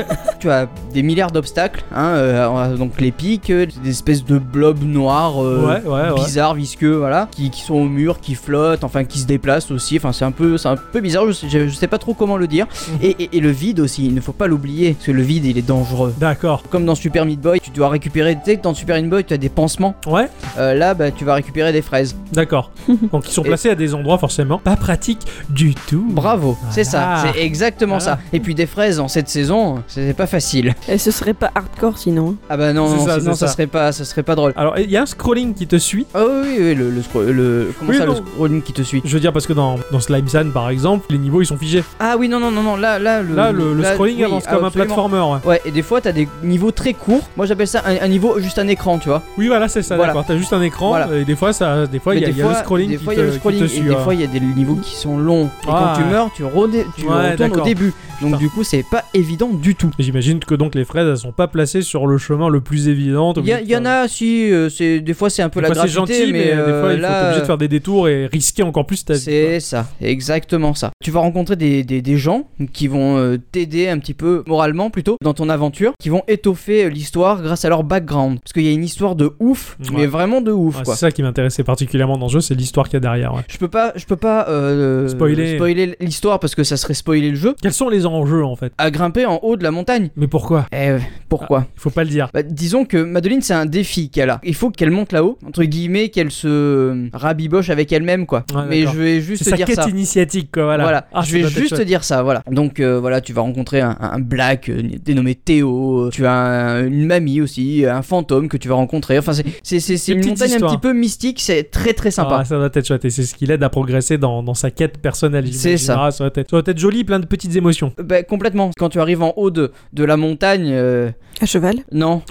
Speaker 1: tu as des milliards d'obstacles, hein, euh, on a donc les pics, euh, des espèces de blobs noirs euh,
Speaker 2: ouais, ouais, ouais.
Speaker 1: bizarres, visqueux, voilà, qui, qui sont au mur, qui flottent, enfin qui se déplacent aussi. Enfin, c'est un peu, c'est un peu bizarre. Je sais, je- je sais pas trop comment le dire. Et, et- et le vide aussi, il ne faut pas l'oublier, parce que le vide, il est dangereux.
Speaker 2: D'accord.
Speaker 1: Comme dans Super Meat Boy, tu dois récupérer. Tu sais que dans Super Meat Boy, tu as des pansements.
Speaker 2: Ouais,
Speaker 1: Euh, là, bah, tu vas récupérer des fraises.
Speaker 2: d'accord. Donc ils sont
Speaker 1: Et-
Speaker 2: placés à des endroits forcément pas pratiques du tout.
Speaker 1: Bravo, c'est ça,
Speaker 2: Voilà.
Speaker 1: c'est exactement
Speaker 2: Voilà.
Speaker 1: ça. Et puis des fraises en cette saison, c'est pas facile.
Speaker 3: Et ce serait pas hardcore sinon. hein.
Speaker 1: Ah bah non,
Speaker 2: C'est
Speaker 1: non,
Speaker 2: ça,
Speaker 1: sinon
Speaker 2: c'est
Speaker 1: ça
Speaker 2: ça.
Speaker 1: serait pas, ça serait pas drôle.
Speaker 2: Alors il y a un scrolling qui te suit.
Speaker 1: Ah oui, oui, oui, le, le, scro- le- comment
Speaker 2: Oui,
Speaker 1: ça, le
Speaker 2: non.
Speaker 1: scrolling qui te suit
Speaker 2: Je veux dire parce que dans, dans Slime Sand par exemple, les niveaux ils sont figés.
Speaker 1: Ah oui, non, non, non, non, là, là, le,
Speaker 2: Là le, le
Speaker 1: là,
Speaker 2: scrolling
Speaker 1: oui,
Speaker 2: avance
Speaker 1: ah,
Speaker 2: comme un
Speaker 1: absolument.
Speaker 2: platformer. Ouais.
Speaker 1: Ouais, et des fois t'as des niveaux très courts. Moi j'appelle ça un, un niveau juste un écran, tu vois.
Speaker 2: Oui voilà c'est ça.
Speaker 1: Voilà.
Speaker 2: D'accord. T'as juste un écran
Speaker 1: Voilà.
Speaker 2: et des fois ça, des fois
Speaker 1: Mais
Speaker 2: il y a,
Speaker 1: des
Speaker 2: il y a
Speaker 1: fois-
Speaker 2: le scrolling
Speaker 1: des
Speaker 2: qui
Speaker 1: fois, il
Speaker 2: te,
Speaker 1: y a le
Speaker 2: qui te
Speaker 1: scrolling,
Speaker 2: suit. hein.
Speaker 1: et des
Speaker 2: ouais.
Speaker 1: fois il y a des niveaux qui sont longs. Et
Speaker 2: Ah.
Speaker 1: quand tu meurs, tu, redé- tu
Speaker 2: Ouais,
Speaker 1: retournes au
Speaker 2: d'accord.
Speaker 1: début. Donc
Speaker 2: Putain.
Speaker 1: du coup, c'est pas évident du tout.
Speaker 2: J'imagine que donc les fraises elles sont pas placées sur le chemin le plus évident.
Speaker 1: Il y, a- y en a, si, euh, c'est des fois c'est un peu
Speaker 2: Des
Speaker 1: la
Speaker 2: fois, c'est
Speaker 1: gravité,
Speaker 2: gentil, mais,
Speaker 1: euh,
Speaker 2: des fois il faut
Speaker 1: là,
Speaker 2: t'es obligé de faire des détours et risquer encore plus ta vie.
Speaker 1: C'est ça, exactement ça. Tu vas rencontrer des, des- des gens qui vont euh, t'aider un petit peu moralement plutôt dans ton aventure, qui vont étoffer euh, l'histoire grâce à leur background. Parce qu'il y a une histoire de ouf,
Speaker 2: Ouais.
Speaker 1: mais vraiment de ouf
Speaker 2: Ouais,
Speaker 1: quoi.
Speaker 2: c'est ça qui m'intéressait particulièrement dans le jeu, c'est l'histoire qu'il y a derrière. ouais.
Speaker 1: Je peux pas, je peux pas euh,
Speaker 2: Spoiler.
Speaker 1: l'histoire parce que ça serait spoiler le jeu.
Speaker 2: Quels sont les enjeux en fait
Speaker 1: À grimper en haut de la montagne.
Speaker 2: Mais pourquoi
Speaker 1: Eh, ouais, pourquoi
Speaker 2: Il faut pas le dire.
Speaker 1: Bah, disons que Madeline, c'est un défi qu'elle a. Il faut qu'elle monte là-haut, entre guillemets, qu'elle se euh, rabiboche avec elle-même, quoi.
Speaker 2: Ouais,
Speaker 1: Mais
Speaker 2: d'accord.
Speaker 1: je vais juste te
Speaker 2: C'est sa
Speaker 1: dire
Speaker 2: quête
Speaker 1: ça.
Speaker 2: initiatique, quoi. Voilà.
Speaker 1: Voilà,
Speaker 2: Ah,
Speaker 1: je
Speaker 2: ça
Speaker 1: vais
Speaker 2: doit être
Speaker 1: juste te
Speaker 2: chouette.
Speaker 1: dire ça, voilà. Donc euh, voilà, tu vas rencontrer un, un- un black euh, dénommé Théo, euh, tu as un- une mamie aussi, un fantôme que tu vas rencontrer. Enfin, c'est- c'est c'est- c'est
Speaker 2: Des
Speaker 1: une
Speaker 2: petites
Speaker 1: montagne
Speaker 2: histoires.
Speaker 1: un petit peu mystique, c'est très très sympa.
Speaker 2: Ah, ça doit être chouette et c'est ce qui l'aide à progresser dans, dans sa quête personnelle.
Speaker 1: C'est
Speaker 2: j'imagine.
Speaker 1: ça.
Speaker 2: Ah, ça, doit être, ça doit être joli, plein de petites émotions.
Speaker 1: Bah, complètement. Quand tu arrives en haut de, de la montagne, euh,
Speaker 3: À cheval
Speaker 1: non.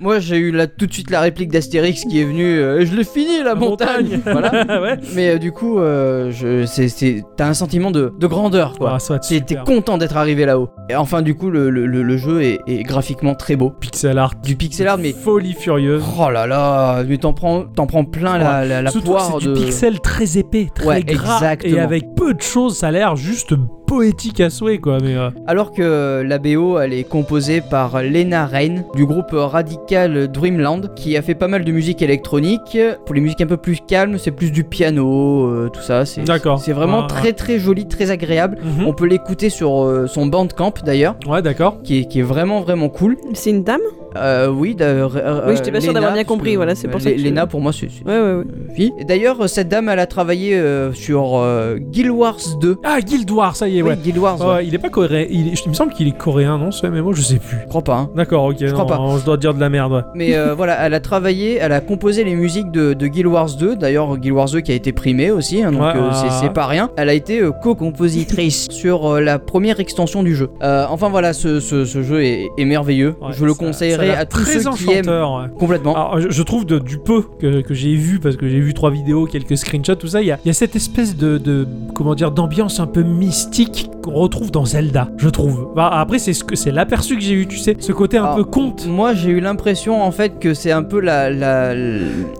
Speaker 1: Moi, j'ai eu là tout de suite la réplique d'Astérix qui est venue. euh, je l'ai fini la, montagne. voilà.
Speaker 2: ouais.
Speaker 1: Mais euh, du coup, euh, je- c'est- c'est- t'as un sentiment de, de grandeur, quoi.
Speaker 2: Ah, ça doit être
Speaker 1: T'es- T'es
Speaker 2: super.
Speaker 1: content d'être arrivé là-haut. Et enfin, du coup, le, le- le- le jeu est, est graphiquement très beau.
Speaker 2: Pixel art.
Speaker 1: Du pixel art, mais.
Speaker 2: Folie furieuse.
Speaker 1: Oh là là, mais t'en prends, t'en prends plein la, la, la
Speaker 2: Surtout que
Speaker 1: poire
Speaker 2: c'est
Speaker 1: de.
Speaker 2: du pixel très épais, très
Speaker 1: Ouais,
Speaker 2: gras et
Speaker 1: exactement.
Speaker 2: avec peu de choses, ça a l'air juste poétique à souhait quoi. Mais euh,
Speaker 1: Alors que la BO elle est composée par Lena Rain du groupe Radical Dreamland qui a fait pas mal de musique électronique. Pour les musiques un peu plus calmes, c'est plus du piano, euh, tout ça. C'est,
Speaker 2: D'accord.
Speaker 1: C'est vraiment
Speaker 2: Ouais,
Speaker 1: très très joli, très agréable.
Speaker 2: mhm.
Speaker 1: On peut l'écouter sur euh, son bandcamp d'ailleurs,
Speaker 2: ouais, d'accord.
Speaker 1: qui est, qui est vraiment vraiment cool.
Speaker 3: C'est une dame
Speaker 1: Euh, oui, d'ailleurs.
Speaker 3: Oui, j'étais pas sûre d'avoir bien compris, voilà, c'est pour ça que je-
Speaker 1: Lena pour moi c'est. c'est-
Speaker 3: Ouais, ouais, ouais.
Speaker 1: une fille. Et d'ailleurs, cette dame, elle a travaillé euh, sur euh, Guild Wars 2.
Speaker 2: Ah, Guild Wars, ça y est,
Speaker 1: Oui,
Speaker 2: ouais.
Speaker 1: Guild Wars, ouais.
Speaker 2: Ouais, il est pas coréen. Il, est- il me semble qu'il est coréen, non, ce MMO, je sais plus.
Speaker 1: je crois pas. hein.
Speaker 2: D'accord, ok, non,
Speaker 1: crois pas.
Speaker 2: on- je dois dire de la merde. ouais.
Speaker 1: Mais euh, voilà, elle a travaillé, elle a composé les musiques de, de Guild Wars 2. D'ailleurs, Guild Wars 2 qui a été primé aussi, hein, donc
Speaker 2: Ouais,
Speaker 1: euh, c'est-
Speaker 2: ah.
Speaker 1: c'est pas rien. Elle a été euh, co-compositrice sur euh, la première extension du jeu. Euh, enfin voilà, ce, ce- ce jeu est, est merveilleux.
Speaker 2: Ouais,
Speaker 1: Je le
Speaker 2: ça-
Speaker 1: conseillerais
Speaker 2: ça a l'air
Speaker 1: à tous
Speaker 2: très
Speaker 1: ceux qui aiment
Speaker 2: enchanteur, Ah. ouais.
Speaker 1: complètement.
Speaker 2: Alors, je, je trouve de- du peu que, que j'ai vu, parce que j'ai vu trois vidéos, quelques screenshots, tout ça, il y a, il y a cette espèce de, de- comment dire, d'ambiance un peu mystique qu'on retrouve dans Zelda, je trouve. Bah, après, c'est ce que c'est l'aperçu que j'ai eu, tu sais, ce côté un
Speaker 1: Ah.
Speaker 2: peu conte.
Speaker 1: Moi, j'ai eu l'impression en fait que c'est un peu la, la,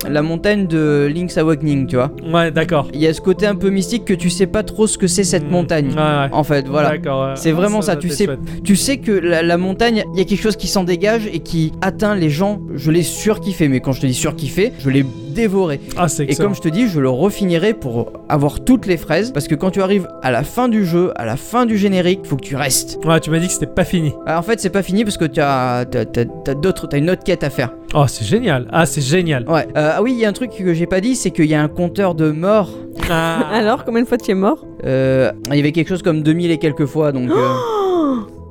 Speaker 1: la montagne de Link's Awakening, tu vois.
Speaker 2: Ouais, d'accord.
Speaker 1: Il y a ce côté un peu mystique que tu sais pas trop ce que c'est cette
Speaker 2: Mm,
Speaker 1: montagne.
Speaker 2: ouais, ouais.
Speaker 1: En fait, voilà.
Speaker 2: D'accord, ouais.
Speaker 1: C'est vraiment ça,
Speaker 2: doit
Speaker 1: tu
Speaker 2: être
Speaker 1: sais-
Speaker 2: chouette.
Speaker 1: Tu sais que la, la montagne, il y a quelque chose qui s'en dégage et qui atteint les gens. Je l'ai surkiffé, mais quand je te dis surkiffé, je l'ai dévoré.
Speaker 2: Ah, c'est
Speaker 1: Et
Speaker 2: excellent.
Speaker 1: comme je te dis, je le refinirai pour avoir toutes les fraises, parce que quand tu arrives à la fin du jeu, à la fin du générique, faut que tu restes.
Speaker 2: Ouais, tu m'as dit que c'était pas fini.
Speaker 1: Alors, en fait, c'est pas fini parce que t'as t'as- t'as- t'as d'autres, t'as une autre quête à faire.
Speaker 2: Oh, c'est génial. Ah, c'est génial.
Speaker 1: Ouais. Euh, ah oui, il y a un truc que j'ai pas dit, c'est qu'il y a un compteur de morts.
Speaker 2: Ah.
Speaker 3: Alors, combien de fois tu es mort
Speaker 1: Euh, il y avait quelque chose comme 2000 et quelques fois, donc euh,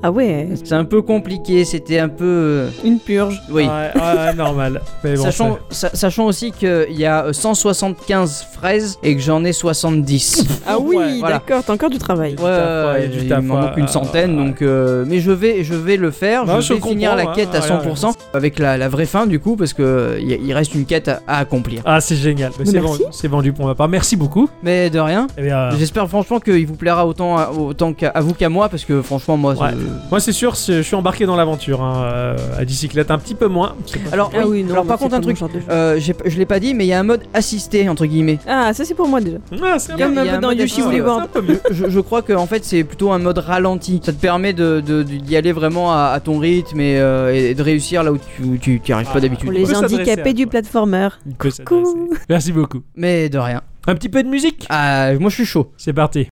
Speaker 3: Ah ouais,
Speaker 1: c'est un peu compliqué. C'était un peu, euh,
Speaker 3: une purge.
Speaker 1: oui.
Speaker 2: Ouais, ouais, normal. Mais bon,
Speaker 1: sachant,
Speaker 2: c'est-
Speaker 1: sa- sachant aussi qu'il y a euh, 175 fraises et que j'en ai 70.
Speaker 3: Ah oui,
Speaker 2: Ouais,
Speaker 1: voilà.
Speaker 3: d'accord, t'as encore du travail.
Speaker 1: Ouais, ouais,
Speaker 2: taf, ouais, il y a du
Speaker 1: il
Speaker 2: taf,
Speaker 1: m'en
Speaker 2: ouais,
Speaker 1: manque une
Speaker 2: ouais, Ah,
Speaker 1: centaine,
Speaker 2: ouais.
Speaker 1: donc euh, mais je vais, je vais le faire.
Speaker 2: Non, je
Speaker 1: je vais finir
Speaker 2: comprends, hein. Ah,
Speaker 1: la quête
Speaker 2: ouais,
Speaker 1: à
Speaker 2: ouais,
Speaker 1: 100% avec la, la vraie fin du coup, parce que euh, il y a- il reste une quête à, à accomplir.
Speaker 2: Ah, c'est génial. Mais c'est
Speaker 3: Merci.
Speaker 2: vendu- c'est vendu pour ma part. Merci beaucoup.
Speaker 1: Mais de rien.
Speaker 2: Eh bien, euh,
Speaker 1: J'espère franchement qu'il vous plaira autant, à- autant qu'à à vous qu'à moi, parce que franchement moi, ça-
Speaker 2: ouais, Moi, c'est sûr, c'est- je suis embarqué dans l'aventure. hein, euh, à bicyclette, un petit peu moins. C'est pas-
Speaker 1: Alors,
Speaker 3: Ah
Speaker 1: oui,
Speaker 3: oui, non,
Speaker 1: alors par
Speaker 3: mais
Speaker 1: contre,
Speaker 3: c'est
Speaker 1: un
Speaker 3: pas
Speaker 1: truc,
Speaker 3: mon genre de jeu.
Speaker 1: euh, j'ai- je l'ai pas dit, mais il y a un mode assisté, entre guillemets.
Speaker 3: Ah, ça c'est pour moi déjà.
Speaker 2: Ah, c'est un
Speaker 1: Il y a-
Speaker 2: peu-
Speaker 3: Comme
Speaker 1: il y a un
Speaker 3: dans
Speaker 1: mode
Speaker 3: Yoshi's
Speaker 1: assisté,
Speaker 3: Reward.
Speaker 2: c'est un peu mieux.
Speaker 1: Je, je crois que en fait c'est plutôt un mode ralenti. Ça te permet de, de- de- d'y aller vraiment à, à ton rythme et, euh, et de réussir là où tu n'y arrives
Speaker 2: Ah.
Speaker 1: pas d'habitude.
Speaker 3: Pour
Speaker 2: peut
Speaker 3: les
Speaker 2: s'adresser à
Speaker 1: hein.
Speaker 3: handicapés du
Speaker 2: toi.
Speaker 3: platformer.
Speaker 2: Il peut s'adresser. Merci beaucoup.
Speaker 1: Mais de rien.
Speaker 2: Un petit peu de musique
Speaker 1: Ah, moi je suis chaud.
Speaker 2: C'est parti.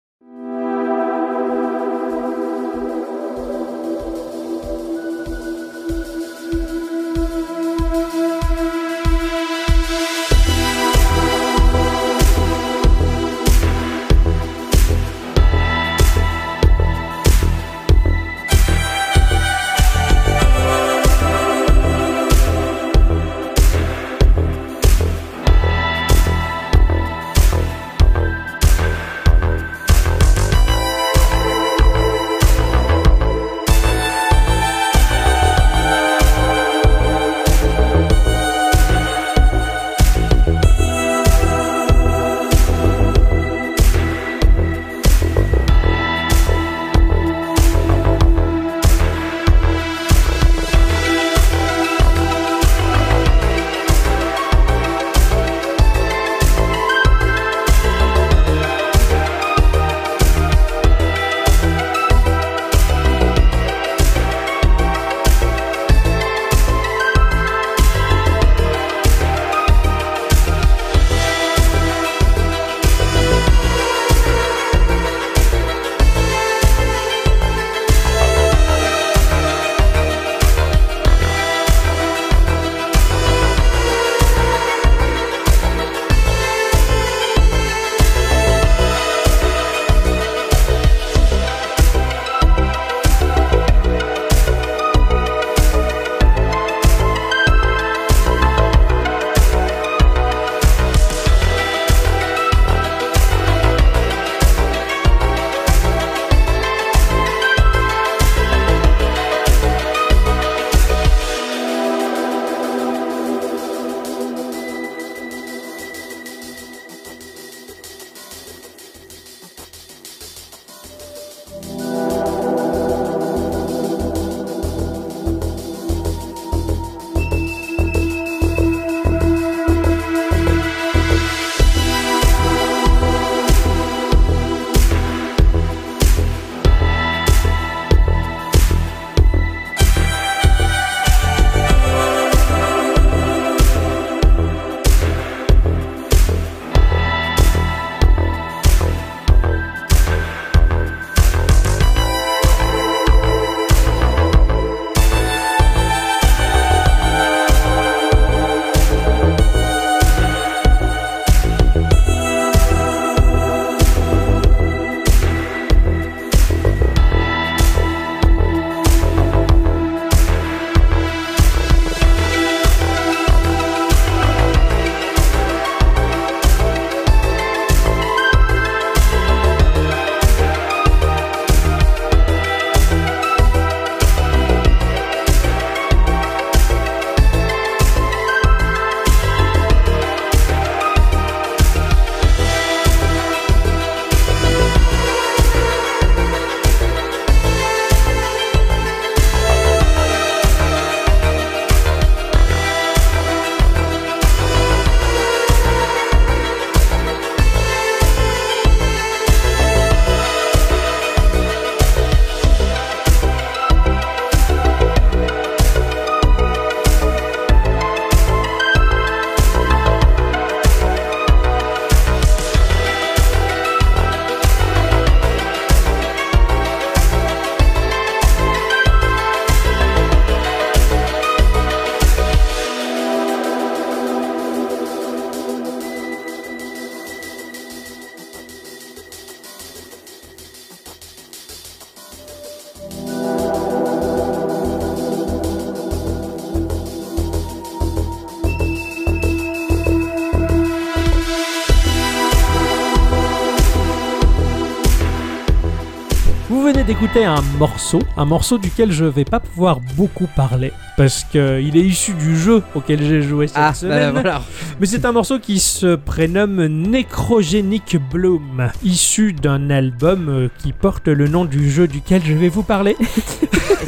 Speaker 2: d'écouter un morceau, un morceau duquel je vais pas pouvoir beaucoup parler parce que il est issu du jeu auquel j'ai joué cette
Speaker 1: Ah,
Speaker 2: semaine.
Speaker 1: bah, voilà.
Speaker 2: Mais c'est un morceau qui se prénomme Necrogenic Bloom, issu d'un album euh, qui porte le nom du jeu duquel je vais vous parler.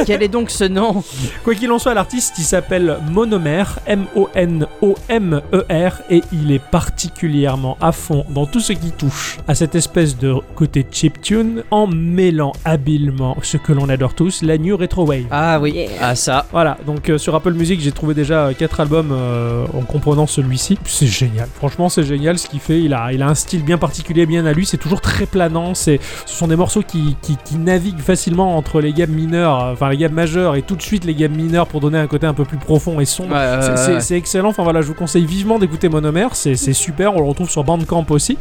Speaker 1: Quel est donc ce nom
Speaker 2: Quoi qu'il en soit, l'artiste il s'appelle Monomère, M-O-N-O-M-E-R, E et il est particulièrement à fond dans tout ce qui touche à cette espèce de côté chiptune en mêlant habilement ce que l'on adore tous, la new retrowave.
Speaker 1: Ah oui.
Speaker 3: Yeah.
Speaker 1: Ah ça.
Speaker 2: Voilà, donc euh, sur Apple Music, j'ai trouvé déjà 4 albums euh, en comprenant celui-ci. C'est génial, franchement, c'est génial ce qu'il fait. Il a, il a un style bien particulier, bien à lui. C'est toujours très planant. C'est, ce sont des morceaux qui, qui, qui naviguent facilement entre les gammes mineures, euh, enfin les gammes majeures, et tout de suite les gammes mineures pour donner un côté un peu plus profond et sombre.
Speaker 1: Ouais, ouais,
Speaker 2: C'est-
Speaker 1: ouais,
Speaker 2: C'est
Speaker 1: ouais.
Speaker 2: c'est excellent, enfin voilà, je vous conseille vivement d'écouter Monomère, c'est c'est super, on le retrouve sur Bandcamp aussi.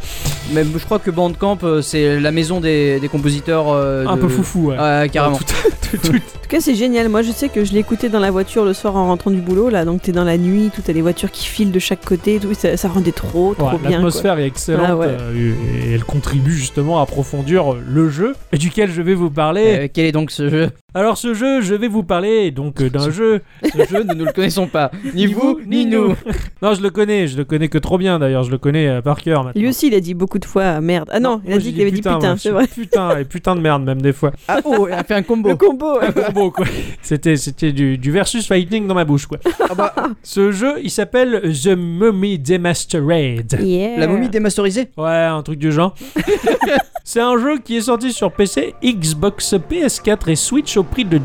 Speaker 1: Mais je crois que Bandcamp, euh, c'est la maison des, des compositeurs. euh,
Speaker 2: Un
Speaker 1: de-
Speaker 2: peu foufou, ouais.
Speaker 1: Ouais, carrément.
Speaker 2: Tout- tout- tout-
Speaker 3: En tout cas, c'est génial. Moi, je sais que je l'écoutais dans la voiture le soir en rentrant du boulot. Là, donc t'es dans la nuit, tout t'as les voitures qui filent de chaque côté, et tout ça, ça rendait trop, trop
Speaker 2: Ouais,
Speaker 3: bien. quoi.
Speaker 2: L'atmosphère est excellente
Speaker 3: Ah ouais.
Speaker 2: euh, et elle contribue justement à approfondir euh, le jeu duquel je vais vous
Speaker 3: Eh
Speaker 2: parler.
Speaker 1: Euh, quel est donc ce jeu
Speaker 2: Alors ce jeu, je vais vous parler donc euh, d'un jeu.
Speaker 1: Ce jeu, nous ne le connaissons pas. Ni vous, ni nous.
Speaker 2: non, je le connais, je le connais que trop bien d'ailleurs, je le connais euh, par cœur maintenant.
Speaker 3: Lui aussi, il a dit beaucoup de fois ah, merde. Ah non, il a
Speaker 2: moi,
Speaker 3: dit
Speaker 2: j'ai
Speaker 3: qu'il avait dit
Speaker 2: moi,
Speaker 3: putain,
Speaker 2: je
Speaker 3: c'est
Speaker 2: suis
Speaker 3: vrai.
Speaker 2: Putain et putain de merde même des fois.
Speaker 1: Ah oh, elle a fait un combo.
Speaker 3: Le combo. Ah ouais.
Speaker 2: Un combo, quoi. C'était c'était du, du versus fighting dans ma bouche quoi. Ah bah, Ce jeu, il s'appelle The Mummy Demastered.
Speaker 3: Yeah. Ah,
Speaker 1: La momie démasterisée
Speaker 2: Ouais, un truc du genre. C'est un jeu qui est sorti sur PC, Xbox, PS4 et Switch au prix de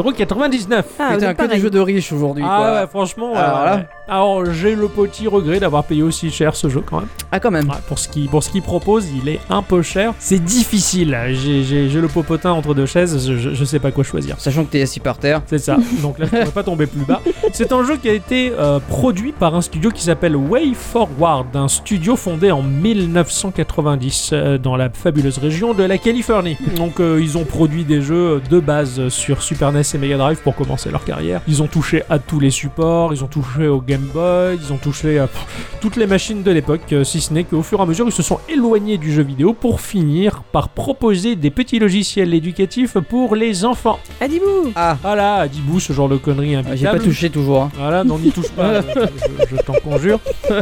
Speaker 2: 19,99€.
Speaker 3: Ah, vous
Speaker 1: Putain,
Speaker 3: êtes
Speaker 1: que des
Speaker 3: pareil.
Speaker 1: jeux de riches aujourd'hui. quoi.
Speaker 2: Ah ouais, franchement.
Speaker 1: Alors
Speaker 2: euh,
Speaker 1: là.
Speaker 2: alors, j'ai le petit regret d'avoir payé aussi cher ce jeu quand même.
Speaker 1: Ah, quand même.
Speaker 2: Ouais, pour ce qu'il pour ce qu'il propose, il est un peu cher. C'est difficile. J'ai- J'ai j'ai le popotin entre deux chaises. Je, je- je sais pas quoi choisir.
Speaker 1: Sachant que t'es assis par terre.
Speaker 2: C'est ça. Donc là, je pourrais pas tomber plus bas. C'est un jeu qui a été euh, produit par un studio qui s'appelle Way Forward, un studio fondé en 1990 euh, dans la fabuleuse région de la Californie. Donc euh, ils ont produit des jeux euh, de base sur Super NES et Mega Drive pour commencer leur carrière. Ils ont touché à tous les supports, ils ont touché au Game Boy, ils ont touché à pff, toutes les machines de l'époque, euh, si ce n'est qu'au fur et à mesure ils se sont éloignés du jeu vidéo pour finir par proposer des petits logiciels éducatifs pour les enfants.
Speaker 3: Adibou.
Speaker 1: Ah,
Speaker 2: Ah là, à 10 bouts, ce genre de conneries
Speaker 1: ah,
Speaker 2: impeccable.
Speaker 1: j'ai pas touché toujours. hein.
Speaker 2: Voilà, non, n'y touche pas, je, je- je t'en conjure.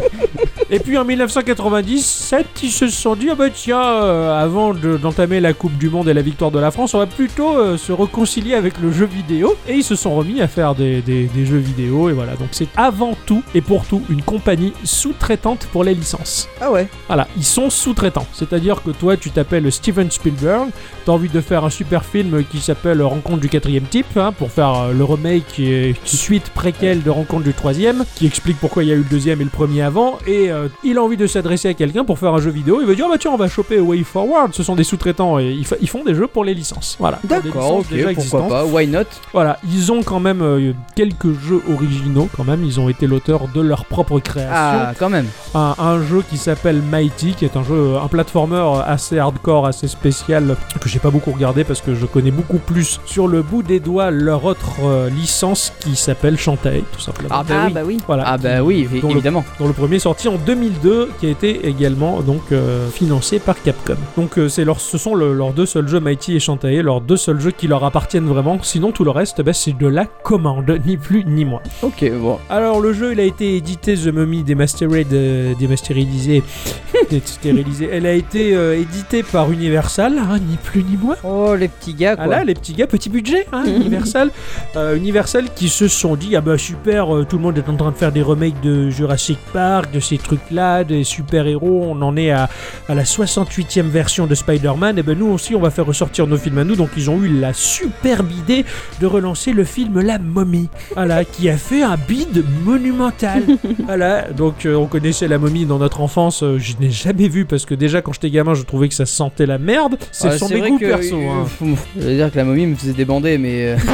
Speaker 2: Et puis en 1997, ils se sont dit, ah bah tiens, euh, avant de- d'entamer la Coupe du Monde et la victoire de la France, on va plutôt euh, se réconcilier avec le jeu vidéo. Et ils se sont remis à faire des, des- des jeux vidéo, et voilà. Donc c'est avant tout et pour tout une compagnie sous-traitante pour les licences.
Speaker 1: Ah ouais.
Speaker 2: Voilà, ils sont sous-traitants. C'est-à-dire que toi, tu t'appelles Steven Spielberg, t'as envie de faire un super film qui s'appelle Rencontre du quatrième type, hein, pour faire euh, le remake qui est suite préquelle de Rencontre du troisième, qui explique pourquoi il y a eu le deuxième et le premier avant, et euh, il a envie de s'adresser à quelqu'un pour faire un jeu vidéo, il veut dire, ah bah tiens, on va choper Way Forward, ce sont des sous-traitants, et ils, fa- ils font des jeux pour les licences. Voilà. Pour des
Speaker 1: D'accord,
Speaker 2: licences
Speaker 1: ok,
Speaker 2: déjà
Speaker 1: pourquoi
Speaker 2: existantes.
Speaker 1: pas. Why not
Speaker 2: Voilà, ils ont quand même euh, quelques jeux originaux, quand même, ils ont été l'auteur de leur propre création
Speaker 1: Ah, quand même.
Speaker 2: un, un jeu qui s'appelle Mighty, qui est un jeu, un platformer assez hardcore, assez spécial, que j'ai pas beaucoup regardé parce que je connais beaucoup plus sur le bout des doigts leur autre euh, licence qui s'appelle Shantae, tout simplement.
Speaker 1: Ah bah
Speaker 3: Ah
Speaker 1: oui.
Speaker 3: bah oui.
Speaker 2: Voilà,
Speaker 1: Ah
Speaker 2: qui-
Speaker 1: bah oui,
Speaker 2: dont le,
Speaker 1: évidemment.
Speaker 2: dont le premier est sorti en 2002, qui a été également donc euh, financé par Capcom. Donc euh, c'est leur, ce sont le- leurs deux seuls jeux, Mighty et Shantae, leurs deux seuls jeux qui leur appartiennent vraiment. Sinon tout le reste, bah, c'est de la commande, ni plus ni moins.
Speaker 1: Ok, bon.
Speaker 2: Alors le jeu il a été édité The Mummy Demastered, euh, démastérisé, déstérélisé. Elle a été euh, éditée par Universal, hein, ni plus ni moins.
Speaker 1: Oh, les petits gars, quoi.
Speaker 2: Ah là les petits gars, petit budget, hein, Universal, Euh, Universal qui se sont dit ah bah super, euh, tout le monde est en train de faire des remakes de Jurassic Park, de ces trucs là, des super héros. On en est à, à la 68e version de Spider-Man. Et ben nous aussi on va faire ressortir nos films à nous. Donc ils ont eu la superbe idée de relancer le film La Momie, voilà, qui a fait un bide monumental. voilà, donc euh, on connaissait La Momie dans notre enfance, euh, je n'ai jamais vu parce que déjà quand j'étais gamin, je trouvais que ça sentait la merde. C'est
Speaker 1: Ah,
Speaker 2: son
Speaker 1: vrai
Speaker 2: goûts
Speaker 1: que-
Speaker 2: perso. hein.
Speaker 1: euh, Je veux dire que la momie me faisait débander, mais. euh,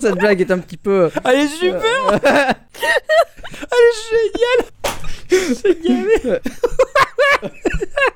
Speaker 1: Cette blague est un petit peu. euh,
Speaker 2: Elle est super Elle est géniale C'est gavé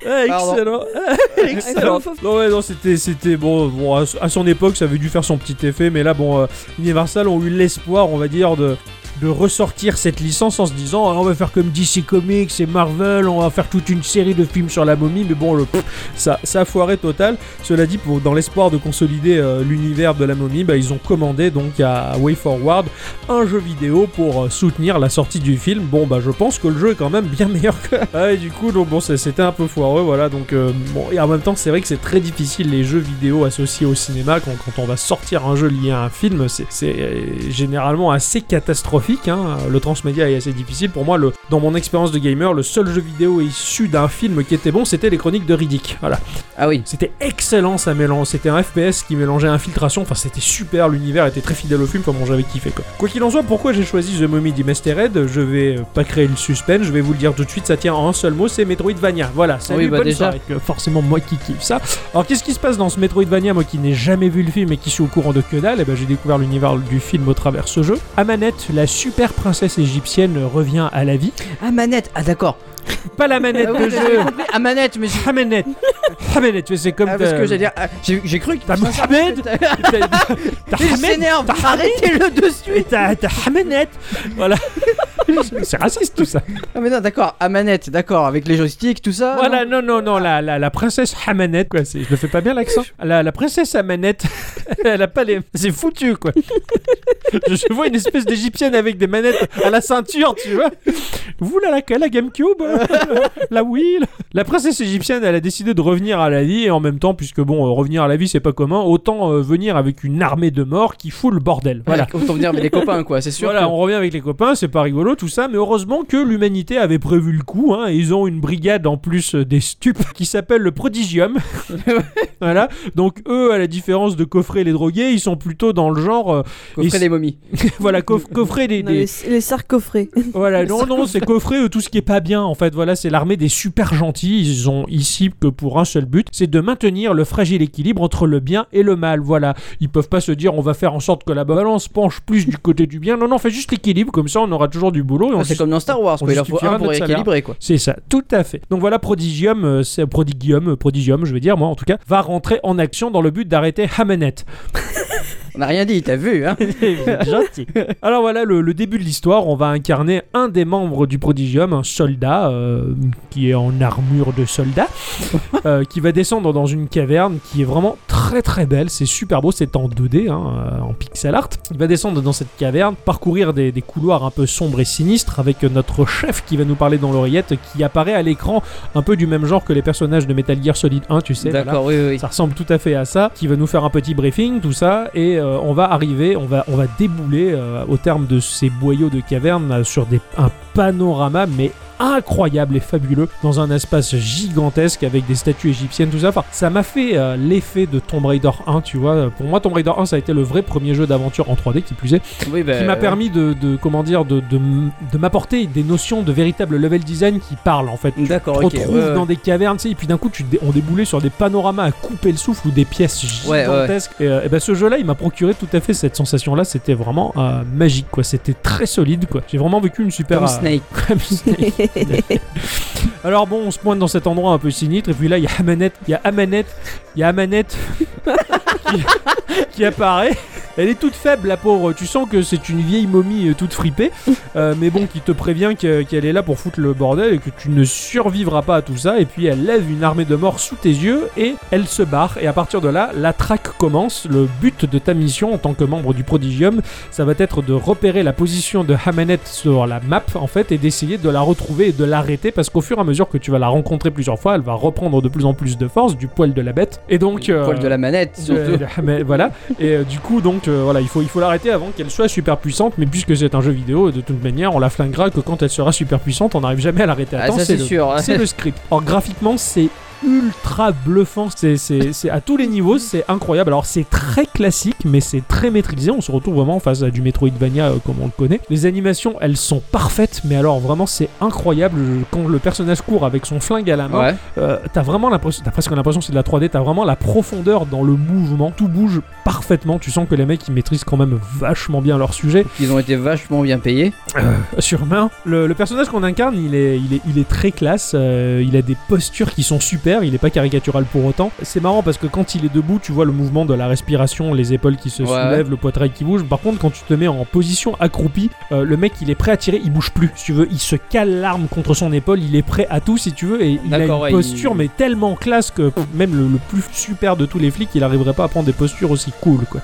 Speaker 2: Ah,
Speaker 1: Pardon.
Speaker 2: excellent Excellent Non, ouais, non, c'était, c'était bon, bon, à à son époque, ça avait dû faire son petit effet, mais là, bon, euh, Universal ont eu l'espoir, on va dire, de de ressortir cette licence en se disant Ah, on va faire comme DC Comics et Marvel, on va faire toute une série de films sur la momie, mais bon, le, pff, ça, ça a foiré total. Cela dit, pour, dans l'espoir de consolider euh, l'univers de la momie, bah, ils ont commandé donc à WayForward un jeu vidéo pour euh, soutenir la sortie du film. Bon, bah je pense que le jeu est quand même bien meilleur que. Ah, et du coup, donc bon, c'est- c'était un peu foireux, voilà. Donc, euh, bon, et en même temps, c'est vrai que c'est très difficile les jeux vidéo associés au cinéma quand, quand on va sortir un jeu lié à un film, c'est c'est, euh, généralement assez catastrophique. hein. Le transmédia est assez difficile. Pour moi, le, dans mon expérience de gamer, le seul jeu vidéo issu d'un film qui était bon, c'était les Chroniques de Riddick. Voilà.
Speaker 1: Ah oui.
Speaker 2: C'était excellent, ça mélange. C'était un FPS qui mélangeait infiltration. Enfin, c'était super. L'univers était très fidèle au film. Enfin, bon, j'avais kiffé quoi. Quoi qu'il en soit, pourquoi j'ai choisi The Mummy Remastered Je vais euh, pas créer le suspense. Je vais vous le dire tout de suite. Ça tient en un seul mot. C'est Metroidvania. Voilà. Salut,
Speaker 1: Oui, bah,
Speaker 2: bonne
Speaker 1: déjà.
Speaker 2: soirée. Euh, Forcément, moi qui kiffe ça. Alors, qu'est-ce qui se passe dans ce Metroidvania Moi qui n'ai jamais vu le film et qui suis au courant de que dalle, eh ben, j'ai découvert l'univers du film au travers de ce jeu. Amanette, la super princesse égyptienne, euh, revient à la vie.
Speaker 1: Ah manette, ah d'accord.
Speaker 2: Pas la manette de jeu.
Speaker 1: Ah manette, mais j'ai-
Speaker 2: Amanette. Amanette, tu sais, c'est comme
Speaker 1: Ah, parce
Speaker 2: euh,
Speaker 1: que j'allais dire, ah, j'ai j'ai cru que
Speaker 2: T'as Mohamed T'as- t'as- t'as
Speaker 1: Il
Speaker 2: Ahmed
Speaker 1: s'énerve,
Speaker 2: t'as-
Speaker 1: arrêtez-le de
Speaker 2: et t'as t'as Hamenet Voilà. C'est raciste tout ça.
Speaker 1: Ah mais non, d'accord, à manette, d'accord, avec les joysticks, tout ça.
Speaker 2: Voilà, non, non, non, la, la, la princesse Hamenet, quoi. c'est- Je le fais pas bien l'accent. La, la princesse Hamenet, elle a pas les. C'est foutu, quoi. Je, je vois une espèce d'égyptienne avec des manettes à la ceinture, tu vois. Vous, là, laquelle La Gamecube La Wii la- La princesse égyptienne, elle a décidé de revenir à la vie et en même temps, puisque bon, euh, revenir à la vie, c'est pas commun, autant euh, venir avec une armée de morts qui fout le bordel. Voilà.
Speaker 1: Voilà. Autant dire, mais les copains, quoi, c'est sûr.
Speaker 2: Voilà,
Speaker 1: que-
Speaker 2: on revient avec les copains, c'est pas rigolo tout ça, mais heureusement que l'humanité avait prévu le coup. Hein, et ils ont une brigade en plus euh, des stupes qui s'appelle le Prodigium. voilà, donc eux, à la différence de coffrer les drogués, ils sont plutôt dans le genre, euh,
Speaker 1: Coffret
Speaker 2: Et-
Speaker 1: des momies.
Speaker 2: voilà, coff- coffrer des,
Speaker 3: Non,
Speaker 2: des-
Speaker 3: les, les sarcophorés.
Speaker 2: voilà, non, non, c'est coffrer euh, tout ce qui est pas bien en fait. Voilà, c'est l'armée des super gentils. Ils ont ici que pour un seul but, c'est de maintenir le fragile équilibre entre le bien et le mal. Voilà, ils peuvent pas se dire on va faire en sorte que la balance penche plus du côté du bien. Non, non, fait juste équilibre comme ça, on aura toujours du boulot et on
Speaker 1: Ah, c'est
Speaker 2: se-
Speaker 1: comme dans Star Wars,
Speaker 2: on
Speaker 1: quoi, il en faut
Speaker 2: justifiera
Speaker 1: un pour
Speaker 2: notre salaire.
Speaker 1: rééquilibrer, quoi.
Speaker 2: c'est ça, tout à fait. Donc voilà, Prodigium, euh, c'est Prodigium, euh, Prodigium, je veux dire, moi en tout cas, va rentrer en action dans le but d'arrêter Hamenet.
Speaker 1: On n'a rien dit, t'as vu, hein
Speaker 2: Alors voilà, le, le début de l'histoire, on va incarner un des membres du Prodigium, un soldat euh, qui est en armure de soldat, euh, qui va descendre dans une caverne qui est vraiment très très belle, c'est super beau, c'est en 2D, hein, euh, en pixel art. Il va descendre dans cette caverne, parcourir des, des couloirs un peu sombres et sinistres avec notre chef qui va nous parler dans l'oreillette, qui apparaît à l'écran un peu du même genre que les personnages de Metal Gear Solid 1, tu sais. voilà.
Speaker 1: D'accord, oui, oui.
Speaker 2: Ça ressemble tout à fait à ça, qui va nous faire un petit briefing, tout ça, et euh, on va arriver, on va, on va débouler euh, au terme de ces boyaux de caverne euh, sur des, un panorama, mais incroyable et fabuleux, dans un espace gigantesque avec des statues égyptiennes, tout ça. Enfin, ça m'a fait euh, l'effet de Tomb Raider 1, tu vois. Pour moi, Tomb Raider 1, ça a été le vrai premier jeu d'aventure en 3D, qui plus est,
Speaker 1: Oui, bah,
Speaker 2: qui m'a
Speaker 1: euh,
Speaker 2: permis de, de- comment dire, de, de, de m'apporter des notions de véritable level design qui parlent, en fait
Speaker 1: D'accord,
Speaker 2: te
Speaker 1: ok.
Speaker 2: retrouves
Speaker 1: ouais, ouais.
Speaker 2: dans des cavernes, tu sais, et puis d'un coup, tu dé- on déboulait sur des panoramas à couper le souffle ou des pièces
Speaker 1: Ouais, ouais, ouais.
Speaker 2: gigantesques. Et, euh, et ben, ce jeu-là, il m'a procuré tout à fait cette sensation-là. C'était vraiment euh, magique, quoi. C'était très solide, quoi. J'ai vraiment vécu une super.
Speaker 1: Comme
Speaker 2: euh,
Speaker 1: Snake.
Speaker 2: comme Snake. Alors bon, on se pointe dans cet endroit un peu sinistre, et puis là, il y a Amanette, il y a Amanette, il y a Amanette qui, qui apparaît. Elle est toute faible, la pauvre. Tu sens que c'est une vieille momie euh, toute fripée, euh, mais bon, qui te prévient que- qu'elle est là pour foutre le bordel et que tu ne survivras pas à tout ça. Et puis elle lève une armée de morts sous tes yeux et elle se barre. Et à partir de là, la traque commence. Le but de ta mission en tant que membre du Prodigium, ça va être de repérer la position de Hamanet sur la map en fait et d'essayer de la retrouver et de l'arrêter parce qu'au fur et à mesure que tu vas la rencontrer plusieurs fois, elle va reprendre de plus en plus de force du poil de la bête et donc euh,
Speaker 1: Poil de la manette,
Speaker 2: de-
Speaker 1: surtout.
Speaker 2: de Hamet, voilà et euh, du coup donc euh, voilà il faut il faut l'arrêter avant qu'elle soit super puissante mais puisque c'est un jeu vidéo de toute manière on la flinguera que quand elle sera super puissante on n'arrive jamais à l'arrêter
Speaker 1: Ah,
Speaker 2: Attends,
Speaker 1: ça, c'est
Speaker 2: le-
Speaker 1: sûr. hein.
Speaker 2: c'est le script. Alors graphiquement, c'est ultra bluffant. C'est- C'est c'est- à tous les niveaux, c'est incroyable. Alors c'est très classique, mais c'est très maîtrisé. On se retrouve vraiment face à du Metroidvania euh, comme on le connaît. Les animations, elles sont parfaites, mais alors vraiment, c'est incroyable. Je- Quand le personnage court avec son flingue à la main,
Speaker 1: Ouais.
Speaker 2: euh, t'as vraiment l'impression, t'as presque l'impression que c'est de la 3D, t'as vraiment la profondeur dans le mouvement. Tout bouge parfaitement. Tu sens que les mecs, ils maîtrisent quand même vachement bien leur sujet
Speaker 1: Ils ont été vachement bien payés.
Speaker 2: sur main. Le, le personnage qu'on incarne, il est, il, est, il est très classe. euh, il a des postures qui sont super super, il est pas caricatural pour autant. C'est marrant parce que quand il est debout, tu vois le mouvement de la respiration, les épaules qui se
Speaker 1: Ouais.
Speaker 2: soulèvent, le poitrail qui bouge. Par contre, quand tu te mets en position accroupie, euh, le mec il est prêt à tirer, il bouge plus. Si tu veux, il se cale l'arme contre son épaule, il est prêt à tout si tu veux, et il a une
Speaker 1: D'accord, ouais,
Speaker 2: posture
Speaker 1: il-
Speaker 2: mais tellement classe que pff, même le, le plus super de tous les flics, il arriverait pas à prendre des postures aussi cool quoi.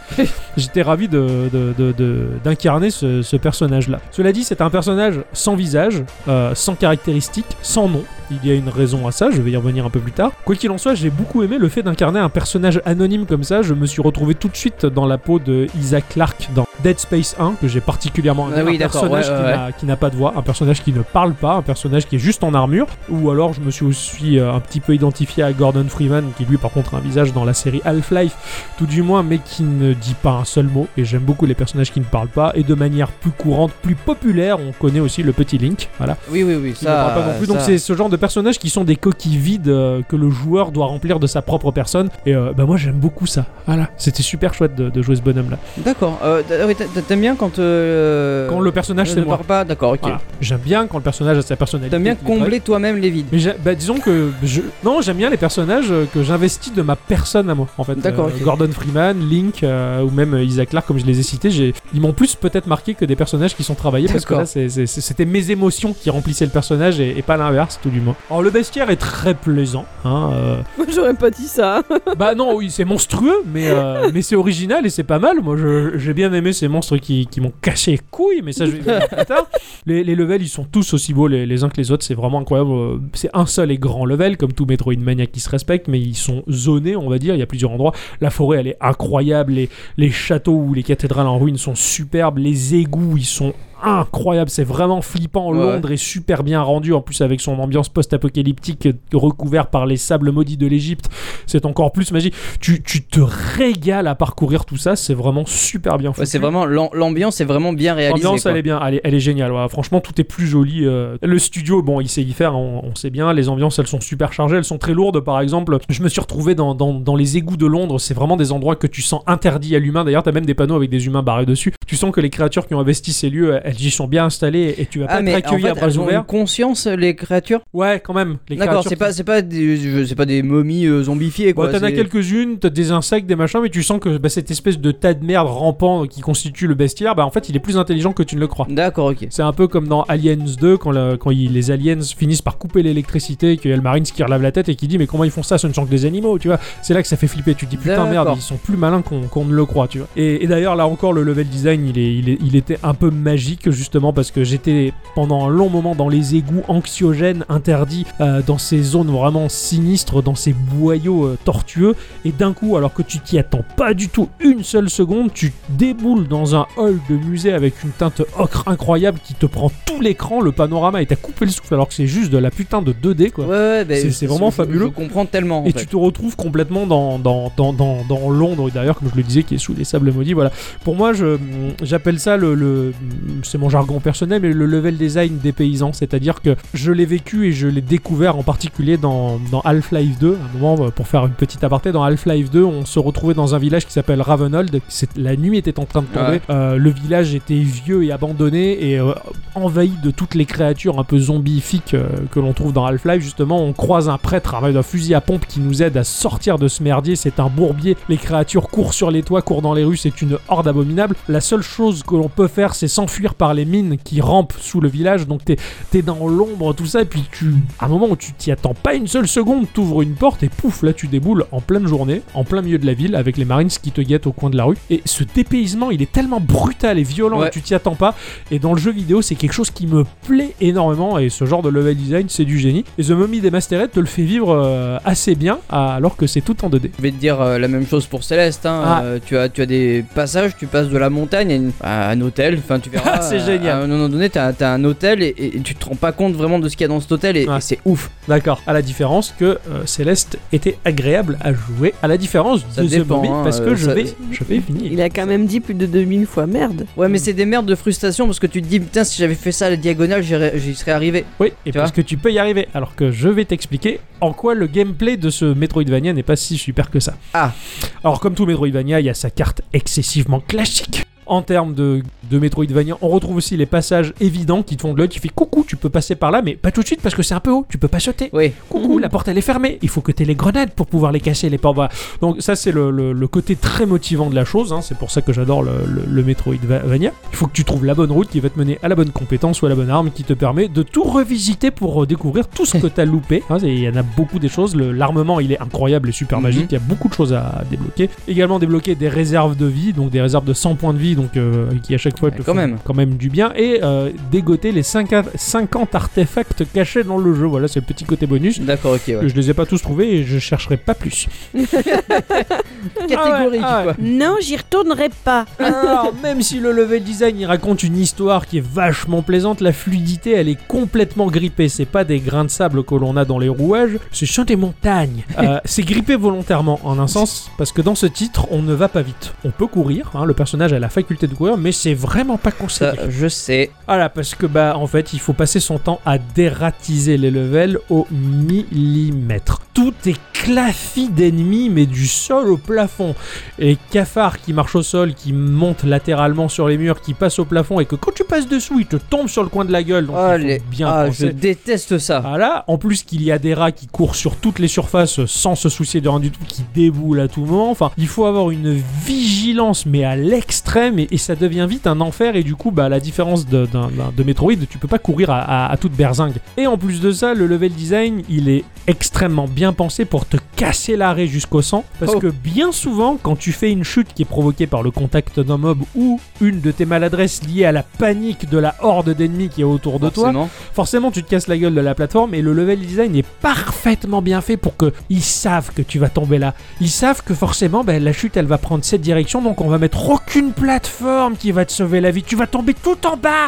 Speaker 2: J'étais ravi de- de- de- de- d'incarner ce, ce personnage-là. Cela dit, c'est un personnage sans visage, euh, sans caractéristiques, sans nom. Il y a une raison à ça, je vais y revenir un peu plus tard. Quoi qu'il en soit, j'ai beaucoup aimé le fait d'incarner un personnage anonyme comme ça. Je me suis retrouvé tout de suite dans la peau de Isaac Clarke dans Dead Space 1, que j'ai particulièrement aimé.
Speaker 1: Ah oui,
Speaker 2: un
Speaker 1: d'accord,
Speaker 2: personnage
Speaker 1: ouais,
Speaker 2: qui
Speaker 1: ouais,
Speaker 2: n'a- qui n'a pas de voix, un personnage qui ne parle pas, un personnage qui est juste en armure. Ou alors, je me suis aussi euh, un petit peu identifié à Gordon Freeman, qui lui, par contre, a un visage dans la série Half-Life tout du moins, mais qui ne dit pas un seul mot. Et j'aime beaucoup les personnages qui ne parlent pas. Et de manière plus courante, plus populaire, on connaît aussi le petit Link, voilà,
Speaker 1: Oui, oui, oui.
Speaker 2: qui
Speaker 1: Ça,
Speaker 2: ne parle pas non plus. Donc
Speaker 1: ça-
Speaker 2: c'est ce genre de personnages qui sont des coquilles vides euh, que le joueur doit remplir de sa propre personne. Et euh, bah moi j'aime beaucoup ça. Voilà, c'était super chouette de, de jouer ce bonhomme là.
Speaker 1: D'accord. Euh, t'a- ouais, t'a- T'aimes bien quand. euh,
Speaker 2: Quand le personnage
Speaker 1: ne
Speaker 2: c'est moi.
Speaker 1: parle pas D'accord, ok.
Speaker 2: Voilà. J'aime bien quand le personnage a sa personnalité.
Speaker 1: T'aimes bien
Speaker 2: qu'il est
Speaker 1: combler toi-même les vides.
Speaker 2: Mais j'ai- bah, disons que je... non, j'aime bien les personnages euh, que j'investis de ma personne à moi. En fait, Euh,
Speaker 1: D'accord, ok.
Speaker 2: Gordon Freeman, Link euh, ou même euh, Isaac Clarke, comme je les ai cités, j'ai- ils m'ont plus peut-être marqué que des personnages qui sont travaillés parce que
Speaker 1: D'accord.
Speaker 2: là, c'est- c'est- c'est- c'était mes émotions qui remplissaient le personnage et, et pas l'inverse, tout du moins. Alors le bestiaire est très plaisant. Hein, euh,
Speaker 3: Moi, j'aurais pas dit ça.
Speaker 2: bah non, oui, c'est monstrueux, mais, euh, mais c'est original et c'est pas mal. Moi, je- j'ai bien aimé ces monstres qui, qui m'ont caché les couilles, mais ça, je vais y venir plus tard. Les, les levels, ils sont tous aussi beaux les, les uns que les autres. C'est vraiment incroyable. Euh, C'est un seul et grand level, comme tout Metroidvania qui se respecte, mais ils sont zonés, on va dire. Il y a plusieurs endroits. La forêt, elle est incroyable. Les, les châteaux ou les cathédrales en ruine sont superbes. Les égouts, ils sont incroyables. C'est vraiment flippant.
Speaker 1: Ouais.
Speaker 2: Londres est super bien rendu, en plus avec son ambiance post-apocalyptique recouvert par les sables maudits de l'Égypte. C'est encore plus magique. Tu, tu te régales à parcourir tout ça. C'est vraiment super bien
Speaker 1: Ouais,
Speaker 2: foutu.
Speaker 1: c'est vraiment l'am- l'ambiance est vraiment bien réalisée.
Speaker 2: L'ambiance,
Speaker 1: quoi.
Speaker 2: elle est bien, elle est, elle est géniale. ouais. Franchement, tout est plus joli. euh. Le studio, bon, il sait y faire, on, on sait bien. Les ambiances, elles sont super chargées, elles sont très lourdes. Par exemple, je me suis retrouvé dans, dans- dans les égouts de Londres. C'est vraiment des endroits que tu sens interdits à l'humain. D'ailleurs, t'as même des panneaux avec des humains barrés dessus. Tu sens que les créatures qui ont investi ces lieux, elles y sont bien installées et tu vas pas
Speaker 1: Ah
Speaker 2: être
Speaker 1: mais en
Speaker 2: accueilli
Speaker 1: fait,
Speaker 2: à bras
Speaker 1: elles ont
Speaker 2: ouverts.
Speaker 1: une conscience les créatures.
Speaker 2: Ouais, quand même. les
Speaker 1: D'accord,
Speaker 2: créatures
Speaker 1: c'est
Speaker 2: qui-
Speaker 1: pas c'est pas des je- c'est pas des momies euh, zombifiées
Speaker 2: Bon,
Speaker 1: quoi.
Speaker 2: Bah, t'en as
Speaker 1: c'est-
Speaker 2: quelques-unes, t'as des insectes, des machins, mais tu sens que bah, cette espèce de tas de merde rampant qui constitue le bestiaire, bah en fait, il est plus intelligent que tu ne le crois.
Speaker 1: D'accord, ok.
Speaker 2: C'est un peu comme dans Aliens 2, quand, la- quand il- les aliens finissent par couper l'électricité, et qu'il y a le Marines qui relève la tête et qui dit Mais comment ils font ça Ce ne sont que des animaux, tu vois. C'est là que ça fait flipper. Tu te dis Putain,
Speaker 1: D'accord.
Speaker 2: merde, ils sont plus malins qu'on qu'on ne le croit, tu vois. Et, et d'ailleurs, là encore, le level design, il, est, il, est- il était un peu magique, justement, parce que j'étais pendant un long moment dans les égouts anxiogènes, interdits, euh, dans ces zones vraiment sinistres, dans ces boyaux euh, tortueux et d'un coup, alors que tu t'y attends pas du tout une seule seconde, tu déboules dans un hall de musée avec une teinte ocre incroyable qui te prend tout l'écran, le panorama et t'as coupé le souffle alors que c'est juste de la putain de 2D quoi.
Speaker 1: Ouais, ouais, bah,
Speaker 2: C'est- c'est
Speaker 1: je-
Speaker 2: vraiment
Speaker 1: je- je-
Speaker 2: fabuleux.
Speaker 1: Je comprends tellement. en
Speaker 2: Et
Speaker 1: fait.
Speaker 2: tu te retrouves complètement dans, dans, dans, dans, dans Londres, d'ailleurs, comme je le disais, qui est sous les sables maudits. Voilà. Pour moi, je, j'appelle ça le, le- C'est mon jargon personnel, mais le level design des paysans. C'est-à-dire que je l'ai vécu et je l'ai découvert en particulier dans, dans Half-Life 2. À un moment, euh, pour faire une petite aparté, dans Half-Life 2, on se retrouvait dans un village qui s'appelle Ravenold. C'est- la nuit était en train de tomber.
Speaker 1: Ouais.
Speaker 2: Euh, le village était vieux et abandonné et euh, envahi de toutes les créatures un peu zombifiques euh, que l'on trouve dans Half-Life. Justement, on croise un prêtre avec un fusil à pompe qui nous aide à sortir de ce merdier. C'est un bourbier. Les créatures courent sur les toits, courent dans les rues. C'est une horde abominable. La seule chose que l'on peut faire, c'est s'enfuir par les mines qui rampent sous le village. Donc, t'es t'es dans l'ombre, tout ça. Et puis, tu, à un moment où tu t'y attends pas une seule seconde, t'ouvres une porte et pouf, là, tu déboules en pleine journée, en plein milieu de la ville, avec les Marines qui te guettent au coin de la rue. Et ce dépaysement, il est tellement brutal et violent
Speaker 1: Ouais.
Speaker 2: que tu t'y attends pas. Et dans le jeu vidéo, c'est quelque chose qui me plaît énormément. Et ce genre de level design, c'est du génie. Et The Mummy Remastered te le fait vivre euh, assez bien, à- alors que c'est tout en 2D.
Speaker 1: Je vais te dire euh, la même chose pour Céleste. hein.
Speaker 2: Ah.
Speaker 1: Euh, tu, as, tu as des passages, tu passes de la montagne à, une- à un hôtel. Enfin, tu verras.
Speaker 2: Ah, c'est
Speaker 1: à-
Speaker 2: génial.
Speaker 1: À un moment donné, t'as as un hôtel et, et tu te rends pas compte vraiment de ce qu'il y a dans cet hôtel et,
Speaker 2: Ouais.
Speaker 1: et c'est ouf.
Speaker 2: D'accord. À la différence que euh, Céleste était agréable à jouer. À la différence
Speaker 1: Ça
Speaker 2: de
Speaker 1: dépend,
Speaker 2: The Mummy,
Speaker 1: hein,
Speaker 2: parce que
Speaker 1: euh,
Speaker 2: je,
Speaker 1: ça-
Speaker 2: vais, je vais finir.
Speaker 3: Il a quand même dit plus de 2000 fois merde.
Speaker 1: Ouais, mais c'est des merdes de frustration parce que tu te dis putain, si j'avais fait ça à la diagonale, j'irais- j'y serais arrivé.
Speaker 2: Oui, et
Speaker 1: Tu
Speaker 2: parce que tu peux y arriver. Alors que je vais t'expliquer en quoi le gameplay de ce Metroidvania n'est pas si super que ça.
Speaker 1: Ah.
Speaker 2: Alors comme tout Metroidvania, il y a sa carte excessivement classique en termes de de Metroidvania. On retrouve aussi les passages évidents qui te font de l'œil, qui fait coucou, tu peux passer par là, mais pas tout de suite parce que c'est un peu haut, tu peux pas sauter.
Speaker 1: Oui.
Speaker 2: Coucou, la porte elle est fermée, il faut que tu les grenades pour pouvoir les casser, les portes. Voilà. Donc ça c'est le, le- le côté très motivant de la chose, hein. c'est pour ça que j'adore le, le, le Metroidvania. Il faut que tu trouves la bonne route qui va te mener à la bonne compétence ou à la bonne arme qui te permet de tout revisiter pour redécouvrir tout ce que tu as loupé. Hein, c'est- Il y en a beaucoup des choses, Le- l'armement il est incroyable et super
Speaker 1: Mhm.
Speaker 2: magique, il y a beaucoup de choses à débloquer. Également débloquer des réserves de vie, donc des réserves de 100 points de vie, donc euh, qui à chaque fois
Speaker 1: Ouais,
Speaker 2: te
Speaker 1: quand
Speaker 2: font
Speaker 1: même.
Speaker 2: quand même du bien, et euh, dégoter les 50 50 artefacts cachés dans le jeu. Voilà, c'est le petit côté bonus.
Speaker 1: D'accord, ok, ouais.
Speaker 2: Je les ai pas tous trouvés et je chercherai pas plus.
Speaker 1: Catégorique,
Speaker 2: Ah ouais,
Speaker 1: quoi.
Speaker 3: Non, j'y retournerai pas.
Speaker 2: Alors, même si le level design il raconte une histoire qui est vachement plaisante, la fluidité elle est complètement grippée. C'est pas des grains de sable que l'on a dans les rouages, ce sont des montagnes. Euh, c'est grippé volontairement en un sens, parce que dans ce titre on ne va pas vite. On peut courir, hein, le personnage a la faculté de courir, mais c'est vraiment pas conseillé.
Speaker 1: Ça, je sais.
Speaker 2: Voilà, parce que bah en fait, il faut passer son temps à dératiser les levels au millimètre. Tout est clafis d'ennemis, mais du sol au plafond. Et les cafards qui marchent au sol, qui montent latéralement sur les murs, qui passent au plafond, et que quand tu passes dessous, ils te tombent sur le coin de la gueule. Donc il faut
Speaker 1: Allez.
Speaker 2: bien
Speaker 1: ah,
Speaker 2: penser.
Speaker 1: je déteste ça.
Speaker 2: Voilà, en plus qu'il y a des rats qui courent sur toutes les surfaces sans se soucier de rien du tout, qui déboulent à tout moment. Enfin, il faut avoir une vigilance, mais à l'extrême, et, et ça devient vite un enfer. Et du coup, bah, à la différence de, d'un- d'un- de Metroid, tu peux pas courir à, à- à toute berzingue. Et en plus de ça, le level design, il est extrêmement bien pensé pour te casser l'arrêt jusqu'au sang. Parce
Speaker 1: Oh.
Speaker 2: que bien souvent, quand tu fais une chute qui est provoquée par le contact d'un mob ou une de tes maladresses liées à la panique de la horde d'ennemis qui est autour
Speaker 1: Oh,
Speaker 2: de toi,
Speaker 1: Forcément.
Speaker 2: Forcément, tu te casses la gueule de la plateforme et le level design est parfaitement bien fait pour que ils savent que tu vas tomber là. Ils savent que forcément, ben, la chute, elle va prendre cette direction, donc on va mettre aucune plateforme qui va te sauver la vie. Tu vas tomber tout en bas.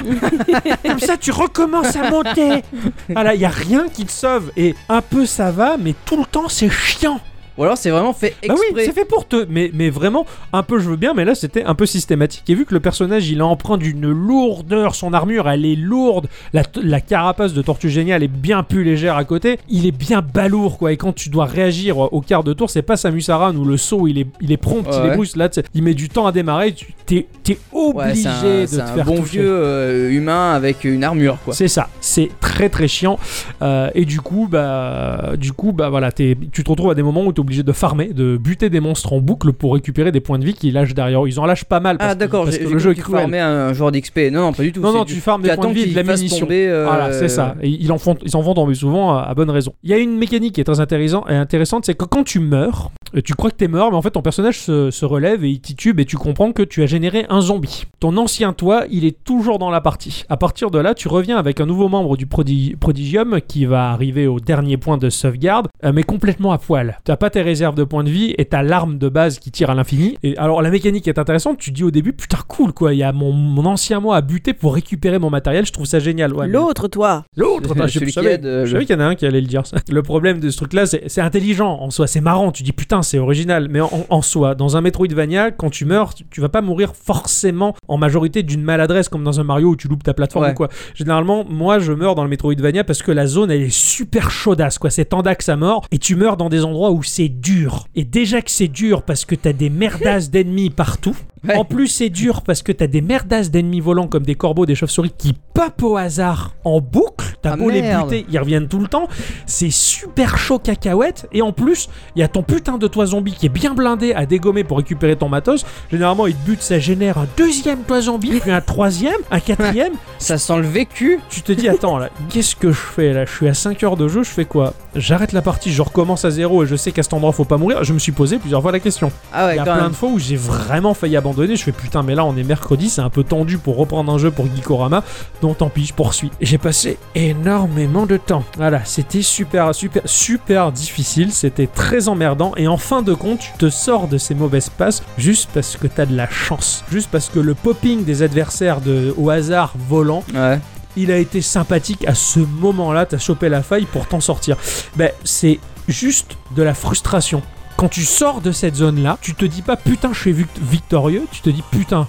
Speaker 2: Comme ça, tu recommences à monter. Voilà, il y a rien qui te sauve et un peu ça va, mais tout le temps c'est chiant.
Speaker 1: Ou alors c'est vraiment fait
Speaker 2: Bah oui,
Speaker 1: exprès.
Speaker 2: c'est fait pour te. Mais, mais vraiment, un peu je veux bien, mais là c'était un peu systématique. Et vu que le personnage il est empreint d'une lourdeur, son armure elle est lourde, la, t- la carapace de Tortue Géniale est bien plus légère à côté, il est bien balourd quoi. Et quand tu dois réagir au quart de tour, c'est pas Samus Aran où le saut il est, il est prompt, il
Speaker 1: Ouais.
Speaker 2: est brusque. Là tu sais, il met du temps à démarrer, tu t'es t'es
Speaker 1: Ouais,
Speaker 2: obligé
Speaker 1: c'est un,
Speaker 2: de
Speaker 1: c'est
Speaker 2: te
Speaker 1: un
Speaker 2: faire
Speaker 1: bon
Speaker 2: toucher.
Speaker 1: vieux euh, humain avec une armure, quoi.
Speaker 2: C'est ça, c'est très très chiant. Euh, et du coup, bah, du coup, bah voilà, t'es- tu te retrouves à des moments où tu es obligé de farmer, de buter des monstres en boucle pour récupérer des points de vie qu'ils lâchent derrière. Ils en lâchent pas mal. Parce
Speaker 1: Ah
Speaker 2: que-
Speaker 1: d'accord,
Speaker 2: parce
Speaker 1: j'ai
Speaker 2: que
Speaker 1: j'ai
Speaker 2: le
Speaker 1: cru
Speaker 2: jeu est
Speaker 1: que tu
Speaker 2: cruel.
Speaker 1: farmais un joueur d'XP. Non, non, pas du tout.
Speaker 2: Non,
Speaker 1: c'est
Speaker 2: non,
Speaker 1: du-
Speaker 2: tu farmes des
Speaker 1: attends
Speaker 2: points de vie,
Speaker 1: qu'il
Speaker 2: de la
Speaker 1: fasse
Speaker 2: munition.
Speaker 1: tomber, euh,
Speaker 2: Voilà, c'est ça. Et ils en font, ils en vendent en- souvent euh, à, à bonne raison. Il y a une mécanique qui est très intéressante, et intéressante, c'est que quand tu meurs, euh, tu crois que t'es mort, mais en fait ton personnage se, se relève et il titube et tu comprends que tu as généré un zombie. Ton ancien toi, il est toujours dans la partie. À partir de là, tu reviens avec un nouveau membre du Prodi- prodigium qui va arriver au dernier point de sauvegarde, euh, mais complètement à poil. T'as pas tes réserves de points de vie et t'as l'arme de base qui tire à l'infini. Et alors la mécanique est intéressante. Tu dis au début, putain cool quoi, il y a mon, mon ancien moi à buter pour récupérer mon matériel. Je trouve ça génial. Ouais, mais-
Speaker 3: L'autre, toi.
Speaker 2: L'autre,
Speaker 1: Le-
Speaker 2: attends, je
Speaker 1: celui
Speaker 2: savais-
Speaker 1: qui aide, euh,
Speaker 2: je savais
Speaker 1: le-
Speaker 2: qu'il y en a un qui allait le dire. ça. Le problème de ce truc-là, c'est c'est intelligent en soi, c'est marrant. Tu dis putain, c'est original, mais en, en soi, dans un Metroidvania, quand tu meurs, tu, tu vas pas mourir forcément en majorité d'une maladresse comme dans un Mario où tu loupes ta plateforme
Speaker 1: Ouais.
Speaker 2: ou quoi. Généralement, moi, je meurs dans le Metroidvania parce que la zone elle est super chaudasse, quoi. C'est tendax à mort et tu meurs dans des endroits où c'est dur. Et déjà que c'est dur parce que t'as des merdasses d'ennemis partout.
Speaker 1: Ouais.
Speaker 2: En plus, c'est dur parce que t'as des merdasses d'ennemis volants comme des corbeaux, des chauves-souris qui popent au hasard en boucle. T'as
Speaker 1: Ah,
Speaker 2: beau les
Speaker 1: merde.
Speaker 2: buter, ils reviennent tout le temps. C'est super chaud cacahuète. Et en plus, il y a ton putain de toi zombie qui est bien blindé à dégommer pour récupérer ton matos. Généralement, il te bute, ça génère un deuxième toi zombie, puis un troisième, un quatrième.
Speaker 1: Ça sent le vécu.
Speaker 2: Tu te dis, attends, là, qu'est-ce que je fais là Je suis à 5 heures de jeu, je fais quoi J'arrête la partie, je recommence à zéro et je sais qu'à cet endroit, faut pas mourir. Je me suis posé plusieurs fois la question.
Speaker 1: Ah ouais,
Speaker 2: Il y a
Speaker 1: quand
Speaker 2: plein
Speaker 1: même.
Speaker 2: de fois où j'ai vraiment failli abandonner. Je fais putain, mais là on est mercredi, c'est un peu tendu pour reprendre un jeu pour Geekorama. Donc tant pis, je poursuis. Et J'ai passé énormément de temps. Voilà, c'était super, super, super difficile. C'était très emmerdant. Et en fin de compte, tu te sors de ces mauvaises passes juste parce que t'as de la chance. Juste parce que le popping des adversaires de, au hasard volant
Speaker 1: Ouais.
Speaker 2: il a été sympathique à ce moment-là, t'as chopé la faille pour t'en sortir. Ben, c'est juste de la frustration. Quand tu sors de cette zone-là, tu te dis pas putain, je suis vic- victorieux, tu te dis putain,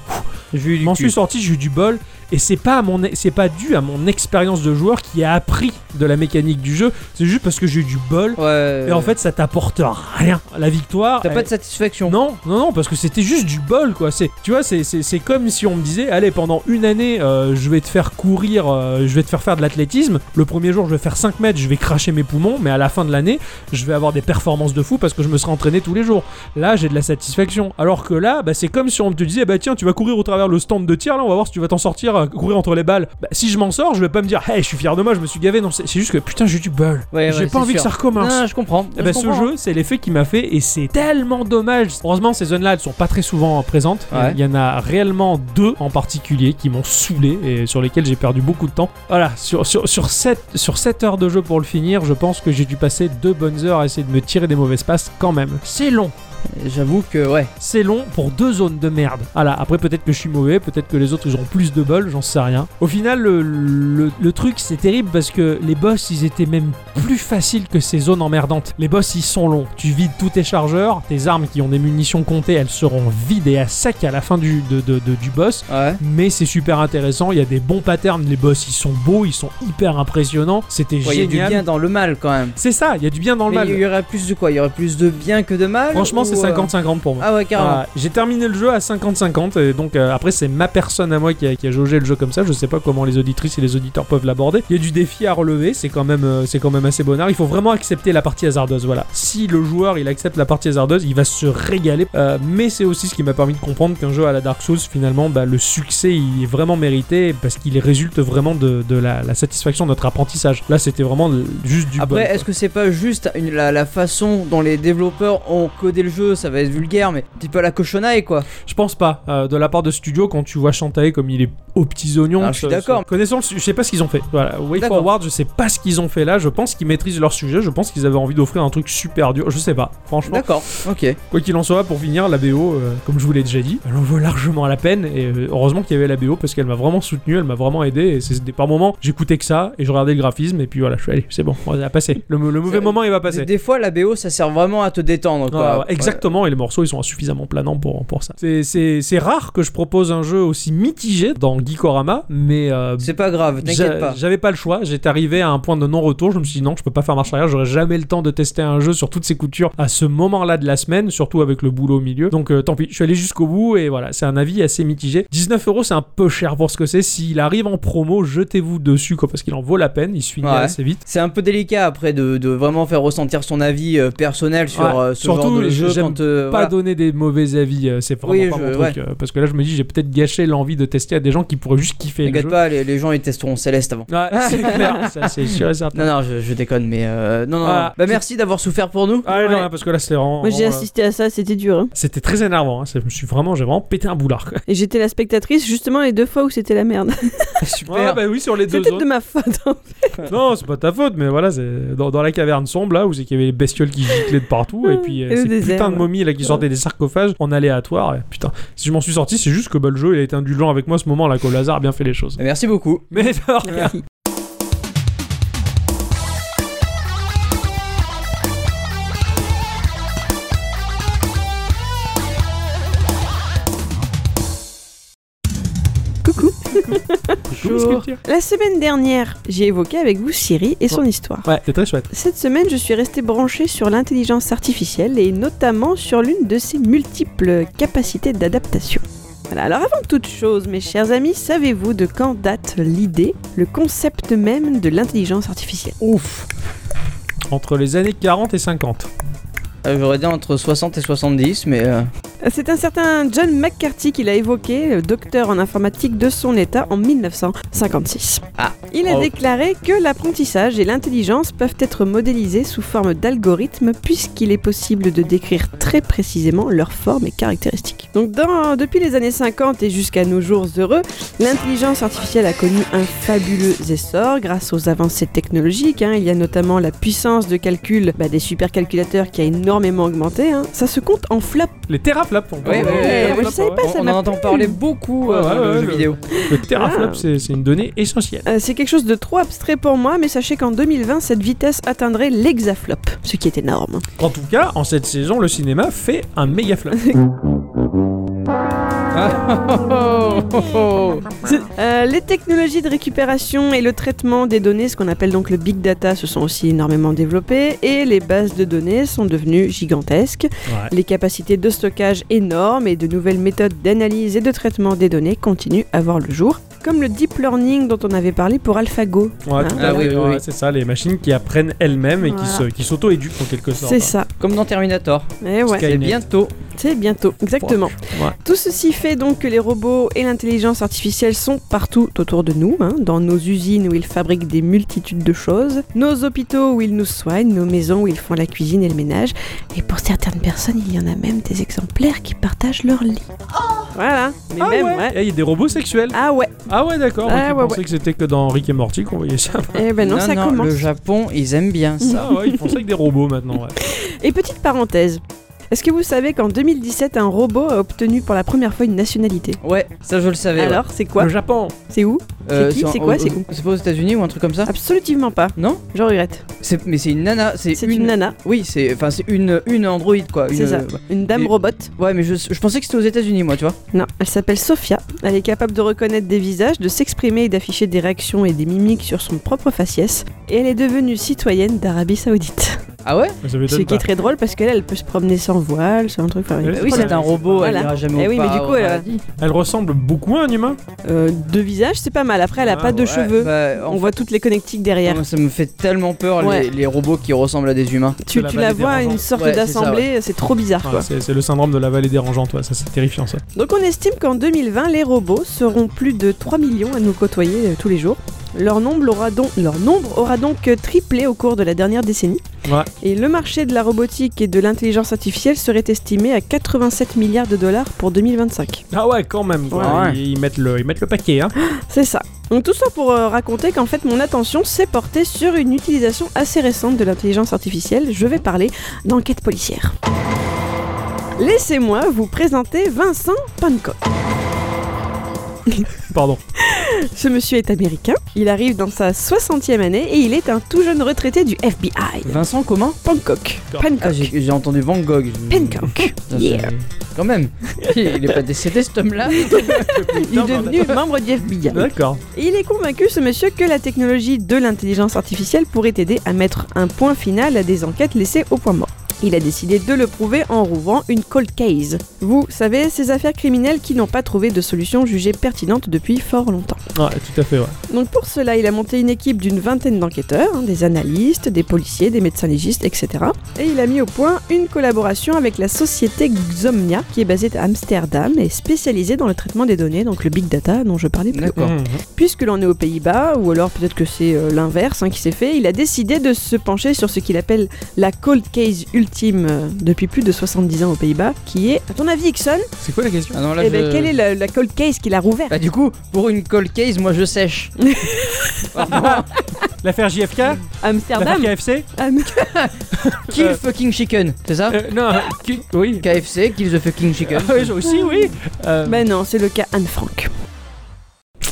Speaker 1: J'ai eu
Speaker 2: je
Speaker 1: du
Speaker 2: m'en
Speaker 1: cul.
Speaker 2: suis sorti, j'ai eu du bol, Et c'est pas à mon, e-, c'est pas dû à mon expérience de joueur qui a appris de la mécanique du jeu. C'est juste parce que j'ai eu du bol.
Speaker 1: Ouais.
Speaker 2: Et en fait, ça t'apporte rien. La victoire.
Speaker 1: Euh. t'as
Speaker 2: elle-
Speaker 1: pas de satisfaction.
Speaker 2: non, non, non, parce que c'était juste du bol, quoi. C'est, tu vois, c'est, c'est, c'est comme si on me disait, allez, pendant une année, euh, je vais te faire courir, euh, je vais te faire faire de l'athlétisme. Le premier jour, je vais faire 5 mètres, je vais cracher mes poumons, mais à la fin de l'année, je vais avoir des performances de fou parce que je me serai entraîné tous les jours. Là, j'ai de la satisfaction. Alors que là, bah, c'est comme si on te disait, bah tiens, tu vas courir au travers le stand de tir, là, on va voir si tu vas t'en sortir, euh, courir entre les balles. Bah, si je m'en sors, je vais pas me dire, hey, je suis fier de moi, je me suis gavé. Non, c'est, c'est juste que putain, j'ai du bol.
Speaker 1: Eh Ouais,
Speaker 2: j'ai
Speaker 1: ouais,
Speaker 2: pas
Speaker 1: c'est
Speaker 2: envie que
Speaker 1: sûr.
Speaker 2: ça recommence.
Speaker 1: Non, je comprends.
Speaker 2: Eh ben,
Speaker 1: Je
Speaker 2: ce
Speaker 1: comprends. hein.
Speaker 2: jeu, c'est l'effet qui m'a fait et c'est tellement dommage. Heureusement, ces zones-là, elles sont pas très souvent euh, présentes. Il y a-
Speaker 1: Ouais.
Speaker 2: Il y en a réellement deux en particulier qui m'ont saoulé et sur lesquelles j'ai perdu beaucoup de temps. Voilà, sur, sur, sur, 7, sur 7 heures de jeu pour le finir, je pense que j'ai dû passer deux bonnes heures à essayer de me tirer des mauvaises passes quand même. C'est long
Speaker 1: J'avoue que, ouais.
Speaker 2: c'est long pour deux zones de merde. Voilà, après peut-être que je suis mauvais, peut-être que les autres ils ont plus de bol, j'en sais rien. Au final, le, le- le truc c'est terrible parce que les boss ils étaient même plus faciles que ces zones emmerdantes. Les boss ils sont longs. Tu vides tous tes chargeurs, tes armes qui ont des munitions comptées elles seront vides et à sec à la fin du, de- de- de- du boss
Speaker 1: Ouais.
Speaker 2: mais c'est super intéressant. Il y a des bons patterns, les boss ils sont beaux, ils sont hyper impressionnants. C'était
Speaker 1: Ouais, Il y a du
Speaker 2: génial.
Speaker 1: bien dans le mal quand même.
Speaker 2: C'est ça, il y a du bien dans le
Speaker 1: Mais
Speaker 2: mal.
Speaker 1: il y aurait plus de quoi Il y aurait plus de bien que de mal
Speaker 2: Franchement, c'est
Speaker 1: ou, euh,
Speaker 2: 50-50 pour moi.
Speaker 1: Ah ouais, carrément.
Speaker 2: Ah, j'ai terminé le jeu à 50-50 et donc euh, après c'est ma personne à moi qui a, qui a jaugé le jeu comme ça. Je sais pas comment les auditrices et les auditeurs peuvent l'aborder. Il y a du défi à relever, c'est quand même euh, c'est quand même assez bonnard. Il faut vraiment accepter la partie hasardeuse. Voilà. Si le joueur il accepte la partie hasardeuse, il va se régaler. Euh, mais c'est aussi ce qui m'a permis de comprendre qu'un jeu à la Dark Souls finalement bah, le succès il est vraiment mérité parce qu'il résulte vraiment de, de la, la satisfaction de notre apprentissage. Là c'était vraiment de- juste du
Speaker 1: Après,
Speaker 2: bon,
Speaker 1: est-ce que c'est pas juste une- la, la façon dont les développeurs ont codé le jeu Ça va être vulgaire, mais un petit peu à la cochonaille quoi.
Speaker 2: Je pense pas. Euh, de la part de studio, quand tu vois Shantae comme il est aux petits oignons,
Speaker 1: Ah, je suis
Speaker 2: ce- ce-
Speaker 1: d'accord.
Speaker 2: Connaissant, le su- je sais pas ce qu'ils ont fait. Voilà, Way
Speaker 1: D'accord.
Speaker 2: Forward, je sais pas ce qu'ils ont fait là. Je pense qu'ils maîtrisent leur sujet. Je pense qu'ils avaient envie d'offrir un truc super dur. Je sais pas. Franchement,
Speaker 1: D'accord, ok.
Speaker 2: quoi qu'il en soit, pour finir, la BO, euh, comme je vous l'ai déjà dit, elle en vaut largement la peine. Et euh, heureusement qu'il y avait la BO parce qu'elle m'a vraiment soutenu, elle m'a vraiment aidé. Et c'est des- par moments, j'écoutais que ça et je regardais le graphisme. Et puis voilà, je suis allé. C'est bon, on a passé. Le, le mauvais
Speaker 1: C'est-
Speaker 2: moment, il va
Speaker 1: Des,
Speaker 2: passer.
Speaker 1: des fois, la BO ça sert vraiment à te détendre quoi.
Speaker 2: Ah, ouais, exactement, et les morceaux ils sont insuffisamment planants pour, pour ça. C'est- C'est c'est rare que je propose un jeu aussi mitigé dans Geekorama, mais euh,
Speaker 1: Ouais. C'est pas grave, t'inquiète
Speaker 2: j'a-
Speaker 1: pas.
Speaker 2: j'avais pas le choix. J'étais arrivé à un point de non-retour. Je me suis dit non, je peux pas faire marche arrière. J'aurais jamais le temps de tester un jeu sur toutes ses coutures à ce moment-là de la semaine, surtout avec le boulot au milieu. Donc euh, tant pis, je suis allé jusqu'au bout et voilà, c'est un avis assez mitigé. 19 euros, c'est un peu cher pour ce que c'est. S'il arrive en promo, jetez-vous dessus quoi, parce qu'il en vaut la peine. Il se finit
Speaker 1: Ouais.
Speaker 2: assez vite.
Speaker 1: C'est un peu délicat après de, de vraiment faire ressentir son avis euh, personnel sur
Speaker 2: Ouais,
Speaker 1: euh, ce
Speaker 2: surtout,
Speaker 1: genre de jeu
Speaker 2: j'aime
Speaker 1: quand euh,
Speaker 2: pas
Speaker 1: voilà.
Speaker 2: donner des mauvais avis, euh, c'est vraiment
Speaker 1: Oui,
Speaker 2: pas
Speaker 1: je-
Speaker 2: mon truc. euh, Parce que là, je me dis, j'ai peut-être gâché l'envie de tester à des gens qui pourraient juste kiffer le
Speaker 1: T'inquiète
Speaker 2: jeu.
Speaker 1: pas, les, les gens ils testeront Céleste avant.
Speaker 2: Ouais, c'est clair, ça c'est sûr et certain.
Speaker 1: Non, non, je, je déconne, mais euh, non, non.
Speaker 2: Voilà.
Speaker 1: non. Bah merci d'avoir souffert pour nous.
Speaker 2: Ah, non,
Speaker 3: Ouais.
Speaker 2: parce que là, c'était vraiment.
Speaker 3: Moi j'ai
Speaker 2: vraiment, euh,
Speaker 3: assisté à ça, c'était dur. hein.
Speaker 2: C'était très énervant. hein, c'est- Je me suis vraiment, j'ai vraiment pété un boulard. quoi.
Speaker 3: Et j'étais la spectatrice justement les deux fois où c'était la merde.
Speaker 2: Ouais,
Speaker 1: Super.
Speaker 2: bah oui, sur les
Speaker 3: C'est
Speaker 2: deux
Speaker 3: peut-être de
Speaker 2: autres.
Speaker 3: ma faute. hein.
Speaker 2: Non, c'est pas ta faute, mais voilà, c'est dans, dans la caverne sombre là où c'est qu'il y avait les bestioles qui giclaient de partout et puis euh,
Speaker 3: Et le
Speaker 2: ces
Speaker 3: désert,
Speaker 2: putains de
Speaker 3: ouais.
Speaker 2: momies là qui sortaient des sarcophages en aléatoire. et putain, si je m'en suis sorti, c'est juste que bah, le jeu il a été indulgent avec moi à ce moment là, que le hasard a bien fait les choses.
Speaker 1: Merci beaucoup.
Speaker 2: Mais de rien.
Speaker 3: Merci. Coucou.
Speaker 2: Bonjour.
Speaker 3: La semaine dernière, j'ai évoqué avec vous Siri et son histoire.
Speaker 2: Ouais, c'est très chouette.
Speaker 3: Cette semaine, je suis restée branchée sur l'intelligence artificielle et notamment sur l'une de ses multiples capacités d'adaptation. Voilà, alors avant toute chose, mes chers amis, savez-vous de quand date l'idée, le concept même de l'intelligence artificielle
Speaker 1: Ouf.
Speaker 2: Entre les années 40 et 50.
Speaker 1: Euh, J'aurais dit entre 60 et 70, mais euh,
Speaker 3: C'est un certain John McCarthy qui l'a évoqué, le docteur en informatique de son état en 1956.
Speaker 1: Ah.
Speaker 3: Il a
Speaker 1: Oh.
Speaker 3: déclaré que l'apprentissage et l'intelligence peuvent être modélisés sous forme d'algorithmes puisqu'il est possible de décrire très précisément leurs formes et caractéristiques. Donc dans- depuis les années 50 et jusqu'à nos jours heureux, L'intelligence artificielle a connu un fabuleux essor grâce aux avancées technologiques. hein. Il y a notamment la puissance de calcul bah, des supercalculateurs qui a énormément augmenté. hein. Ça se compte en flaps.
Speaker 2: Les terraflops, on
Speaker 1: Ouais, ouais,
Speaker 2: parle. Les
Speaker 1: ouais,
Speaker 2: terraflops,
Speaker 3: moi, je savais pas.
Speaker 2: ouais.
Speaker 1: on-
Speaker 3: ça
Speaker 1: on
Speaker 3: m'a
Speaker 1: en entend
Speaker 3: plu.
Speaker 1: parler beaucoup euh,
Speaker 2: Ouais,
Speaker 1: dans
Speaker 2: ouais,
Speaker 1: le
Speaker 2: ouais,
Speaker 1: jeu
Speaker 2: le-
Speaker 1: vidéo.
Speaker 2: Le teraflop, c'est c'est une donnée essentielle.
Speaker 3: Euh, C'est quelque chose de trop abstrait pour moi, mais sachez qu'en 2020, cette vitesse atteindrait l'hexaflop, ce qui est énorme.
Speaker 2: En tout cas, en cette saison, le cinéma fait un méga flop.
Speaker 1: Oh, oh, oh.
Speaker 3: Euh, les technologies de récupération et le traitement des données, ce qu'on appelle donc le big data, se sont aussi énormément développées et les bases de données sont devenues gigantesques.
Speaker 2: Ouais.
Speaker 3: Les capacités de stockage énormes et de nouvelles méthodes d'analyse et de traitement des données continuent à voir le jour, comme le deep learning dont on avait parlé pour AlphaGo.
Speaker 2: Ouais,
Speaker 3: Ah,
Speaker 2: tout à
Speaker 1: oui,
Speaker 2: fait,
Speaker 1: oui,
Speaker 2: ouais,
Speaker 1: oui.
Speaker 2: c'est ça, les machines qui apprennent elles-mêmes et qui
Speaker 3: Voilà.
Speaker 2: se- qui s'auto-éduquent en quelque sorte.
Speaker 3: C'est ça.
Speaker 1: Comme dans Terminator.
Speaker 3: Et ouais.
Speaker 2: Skynet.
Speaker 1: C'est bientôt.
Speaker 3: C'est bientôt, exactement.
Speaker 2: Ouais.
Speaker 3: Tout ceci fait donc que les robots et l'intelligence artificielle sont partout autour de nous, hein, dans nos usines où ils fabriquent des multitudes de choses, nos hôpitaux où ils nous soignent, nos maisons où ils font la cuisine et le ménage, et pour certaines personnes, il y en a même des exemplaires qui partagent leur lit. voilà, mais
Speaker 2: Ah
Speaker 3: même,
Speaker 2: ouais,
Speaker 3: ouais.
Speaker 2: Eh, il y a des robots sexuels.
Speaker 3: Ah ouais,
Speaker 2: Ah ouais, d'accord.
Speaker 3: Ah
Speaker 2: moi qui
Speaker 3: ouais,
Speaker 2: pensais que c'était que dans Rick et Morty qu'on voyait ça.
Speaker 3: eh ben non, ça commence. Mm.
Speaker 1: le Japon, ils aiment bien ça.
Speaker 2: Ah ouais, ils font ça avec des robots maintenant. ouais.
Speaker 3: Et petite parenthèse, est-ce que vous savez qu'en 2017, un robot a obtenu pour la première fois une nationalité
Speaker 1: Ouais, ça je le savais. ouais.
Speaker 3: Alors, c'est quoi
Speaker 2: Le Japon.
Speaker 3: C'est où
Speaker 1: Euh,
Speaker 3: qui,
Speaker 1: en-
Speaker 3: c'est quoi, c'est
Speaker 1: euh,
Speaker 3: où
Speaker 1: C'est pas aux États-Unis ou un truc comme ça
Speaker 3: Absolument pas,
Speaker 1: Non
Speaker 3: je regrette.
Speaker 1: C'est- Mais c'est une nana. C'est
Speaker 3: C'est une nana.
Speaker 1: Oui, c'est enfin c'est une une android quoi.
Speaker 3: C'est
Speaker 1: une-
Speaker 3: ça. Une dame
Speaker 1: Et-
Speaker 3: robot.
Speaker 1: Ouais, mais je, je pensais que c'était aux États-Unis moi, tu vois.
Speaker 3: Non, elle s'appelle Sophia. Elle est capable de reconnaître des visages, de s'exprimer et d'afficher des réactions et des mimiques sur son propre faciès. Et elle est devenue citoyenne d'Arabie Saoudite.
Speaker 1: Ah ouais
Speaker 2: Ça
Speaker 3: Ce
Speaker 2: m'étonne
Speaker 3: qui est
Speaker 2: pas.
Speaker 3: très drôle parce qu'elle, elle peut se promener sans voile, sans un truc. enfin,
Speaker 2: Ouais,
Speaker 1: Bah Oui, c'est un robot,
Speaker 3: Voilà.
Speaker 1: elle ira jamais
Speaker 3: Eh
Speaker 1: au
Speaker 3: oui, mais
Speaker 1: pa-
Speaker 3: du coup,
Speaker 1: au
Speaker 3: elle-
Speaker 1: paradis.
Speaker 2: Elle ressemble beaucoup à un humain.
Speaker 3: euh, de visage, c'est pas mal. Après, elle a
Speaker 2: Ah,
Speaker 3: pas de
Speaker 1: Ouais,
Speaker 3: cheveux.
Speaker 1: bah, en
Speaker 3: On voit toutes les connectiques derrière.
Speaker 1: Moi, Ça me fait tellement peur les-
Speaker 3: Ouais.
Speaker 1: les, robots qui ressemblent à des humains.
Speaker 3: tu,
Speaker 2: la
Speaker 3: tu
Speaker 2: vallée
Speaker 3: la
Speaker 2: des
Speaker 3: vois à une
Speaker 2: vengeances.
Speaker 3: sorte
Speaker 1: Ouais, c'est ça,
Speaker 3: d'assemblée, c'est trop bizarre
Speaker 2: Ah,
Speaker 3: quoi.
Speaker 2: c'est c'est le syndrome de la vallée dérangeante, ouais, ça c'est terrifiant ça.
Speaker 3: Donc on estime qu'en 2020, les robots seront plus de 3 millions à nous côtoyer euh, tous les jours. Leur nombre aura donc, leur nombre aura donc euh, triplé au cours de la dernière décennie.
Speaker 2: Ouais.
Speaker 3: Et le marché de la robotique et de l'intelligence artificielle serait estimé à 87 milliards de dollars pour 2025.
Speaker 2: Ah ouais, quand même. quoi.
Speaker 1: Ouais.
Speaker 2: Ils, ils mettent le, ils mettent le paquet. Hein.
Speaker 3: C'est ça. Donc tout ça pour euh, raconter qu'en fait mon attention s'est portée sur une utilisation assez récente de l'intelligence artificielle. Je vais parler d'enquête policière. Laissez-moi vous présenter Vincent Pancot.
Speaker 2: Pardon.
Speaker 3: Ce monsieur est américain, il arrive dans sa 60e année et il est un tout jeune retraité du FBI.
Speaker 1: Vincent comment
Speaker 3: Pancock.
Speaker 1: Ah, j'ai
Speaker 3: Pancock.
Speaker 1: j'ai entendu Van Gogh. je-
Speaker 3: Pancock.
Speaker 1: Ça, c'est-
Speaker 3: Yeah.
Speaker 1: Quand même. Il est pas décédé cet homme-là.
Speaker 3: Il est devenu membre du FBI.
Speaker 2: D'accord.
Speaker 3: Et il est convaincu, ce monsieur, que la technologie de l'intelligence artificielle pourrait aider à mettre un point final à des enquêtes laissées au point mort. Il a décidé de le prouver en rouvrant une cold case. Vous savez, ces affaires criminelles qui n'ont pas trouvé de solution jugée pertinente depuis fort longtemps.
Speaker 2: Ouais, tout à fait, ouais.
Speaker 3: Donc pour cela, il a monté une équipe d'une vingtaine d'enquêteurs, hein, des analystes, des policiers, des médecins légistes, etc. Et il a mis au point une collaboration avec la société Xomnia, qui est basée à Amsterdam et spécialisée dans le traitement des données, donc le big data dont je parlais plus haut.
Speaker 1: D'accord.
Speaker 2: Mhm.
Speaker 3: Puisque l'on est aux Pays-Bas, ou alors peut-être que c'est euh, l'inverse hein, qui s'est fait, il a décidé de se pencher sur ce qu'il appelle la cold case ultime euh, depuis plus de 70 ans aux Pays-Bas, qui est, à ton avis, Ixon,
Speaker 2: C'est quoi la question
Speaker 1: Ah non, là,
Speaker 3: eh ben,
Speaker 1: je-
Speaker 3: quelle est la, la cold case qu'il a rouverte
Speaker 1: Bah, du coup, pour une cold case, moi je sèche.
Speaker 2: L'affaire JFK L'affaire
Speaker 3: Amsterdam Ah,
Speaker 2: KFC
Speaker 3: Am-
Speaker 1: Kill fucking chicken, c'est
Speaker 3: Ah.
Speaker 1: ça
Speaker 2: Euh, Non, euh, qui- oui.
Speaker 1: KFC, kill the fucking chicken.
Speaker 2: Ah oui, aussi, oui. Euh,
Speaker 3: Ben non, c'est le cas Anne Frank.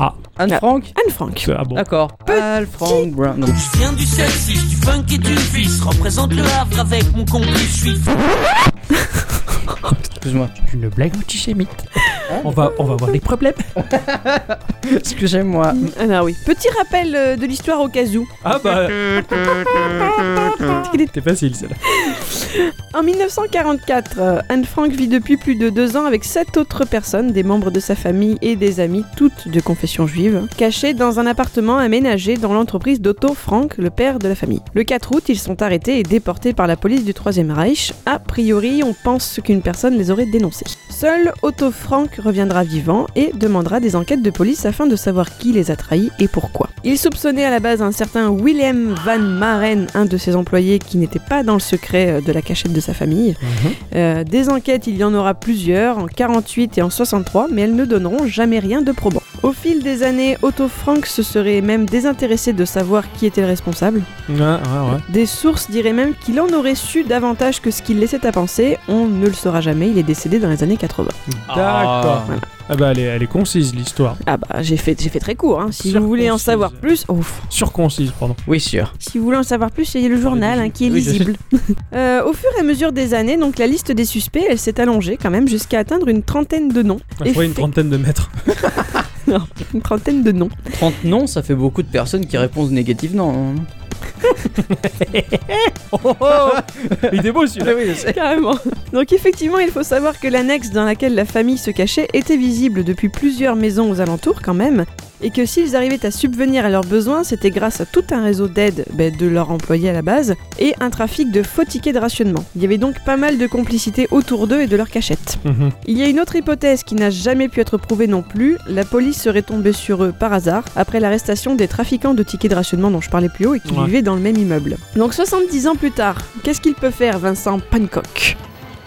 Speaker 2: Ah,
Speaker 1: Anne Frank
Speaker 3: Anne Frank.
Speaker 2: ah bon.
Speaker 1: D'accord. Anne Frank Brown. Non.
Speaker 6: Je viens du 7-6, du funk et du vice. Représente le Havre avec mon complice juif.
Speaker 1: Excuse-moi.
Speaker 2: Une blague antisémite.
Speaker 3: Ah.
Speaker 2: On va, on va avoir des problèmes.
Speaker 1: Excusez-moi.
Speaker 3: Alors Ah bah oui. Petit rappel euh, de l'histoire au cas où.
Speaker 2: Ah bah. C'était facile celle-là.
Speaker 3: En 1944, euh, Anne Frank vit depuis plus de deux ans avec sept autres personnes, des membres de sa famille et des amis, toutes de confession juive, hein, cachées dans un appartement aménagé dans l'entreprise d'Otto Frank, le père de la famille. Le 4 août, ils sont arrêtés et déportés par la police du Troisième Reich. A priori, on pense qu'une personne les aurait dénoncés. Seul Otto Frank reviendra vivant et demandera des enquêtes de police afin de savoir qui les a trahis et pourquoi. Il soupçonnait à la base un certain Willem Van Maren, un de ses employés qui n'était pas dans le secret euh, de la cachette de sa famille.
Speaker 2: Mmh.
Speaker 3: Euh, des enquêtes, il y en aura plusieurs, en 48 et en 63, mais elles ne donneront jamais rien de probant. Au fil des années, Otto Frank se serait même désintéressé de savoir qui était le responsable.
Speaker 2: Ouais, ouais, ouais.
Speaker 3: Des sources diraient même qu'il en aurait su davantage que ce qu'il laissait à penser. On ne le saura jamais, il est décédé dans les années 80.
Speaker 2: D'accord.
Speaker 1: Ah.
Speaker 2: Ah bah elle est, elle est concise l'histoire.
Speaker 3: Ah bah j'ai fait, j'ai fait très court. hein. Si vous voulez en
Speaker 2: Circoncis.
Speaker 3: savoir plus, ouf.
Speaker 2: Surconcise, pardon.
Speaker 1: Oui, sûr.
Speaker 3: Si vous voulez en savoir plus, il y a le journal hein, qui est
Speaker 1: Oui, je sais.
Speaker 3: lisible. Euh, au fur et à mesure des années, donc la liste des suspects, elle s'est allongée quand même jusqu'à atteindre une trentaine de noms.
Speaker 2: Ah, Je croyais une
Speaker 3: Effect-
Speaker 2: trentaine de mètres.
Speaker 3: Une trentaine de noms.
Speaker 1: 30 non, ça fait beaucoup de personnes qui répondent négativement. hein. Oh,
Speaker 2: Il était beau celui-là.
Speaker 1: oui, je sais.
Speaker 3: Carrément. Donc effectivement, il faut savoir que l'annexe dans laquelle la famille se cachait était visible depuis plusieurs maisons aux alentours quand même, et que s'ils arrivaient à subvenir à leurs besoins, c'était grâce à tout un réseau d'aide ben, de leurs employés à la base, et un trafic de faux tickets de rationnement. Il y avait donc pas mal de complicité autour d'eux et de leur cachette.
Speaker 2: Mhm.
Speaker 3: Il y a une autre hypothèse qui n'a jamais pu être prouvée non plus, la police serait tombée sur eux par hasard après l'arrestation des trafiquants de tickets de rationnement dont je parlais plus haut et qui
Speaker 2: Ouais.
Speaker 3: vivaient dans le même immeuble. Donc 70 ans plus tard, qu'est-ce qu'il peut faire Vincent Pancock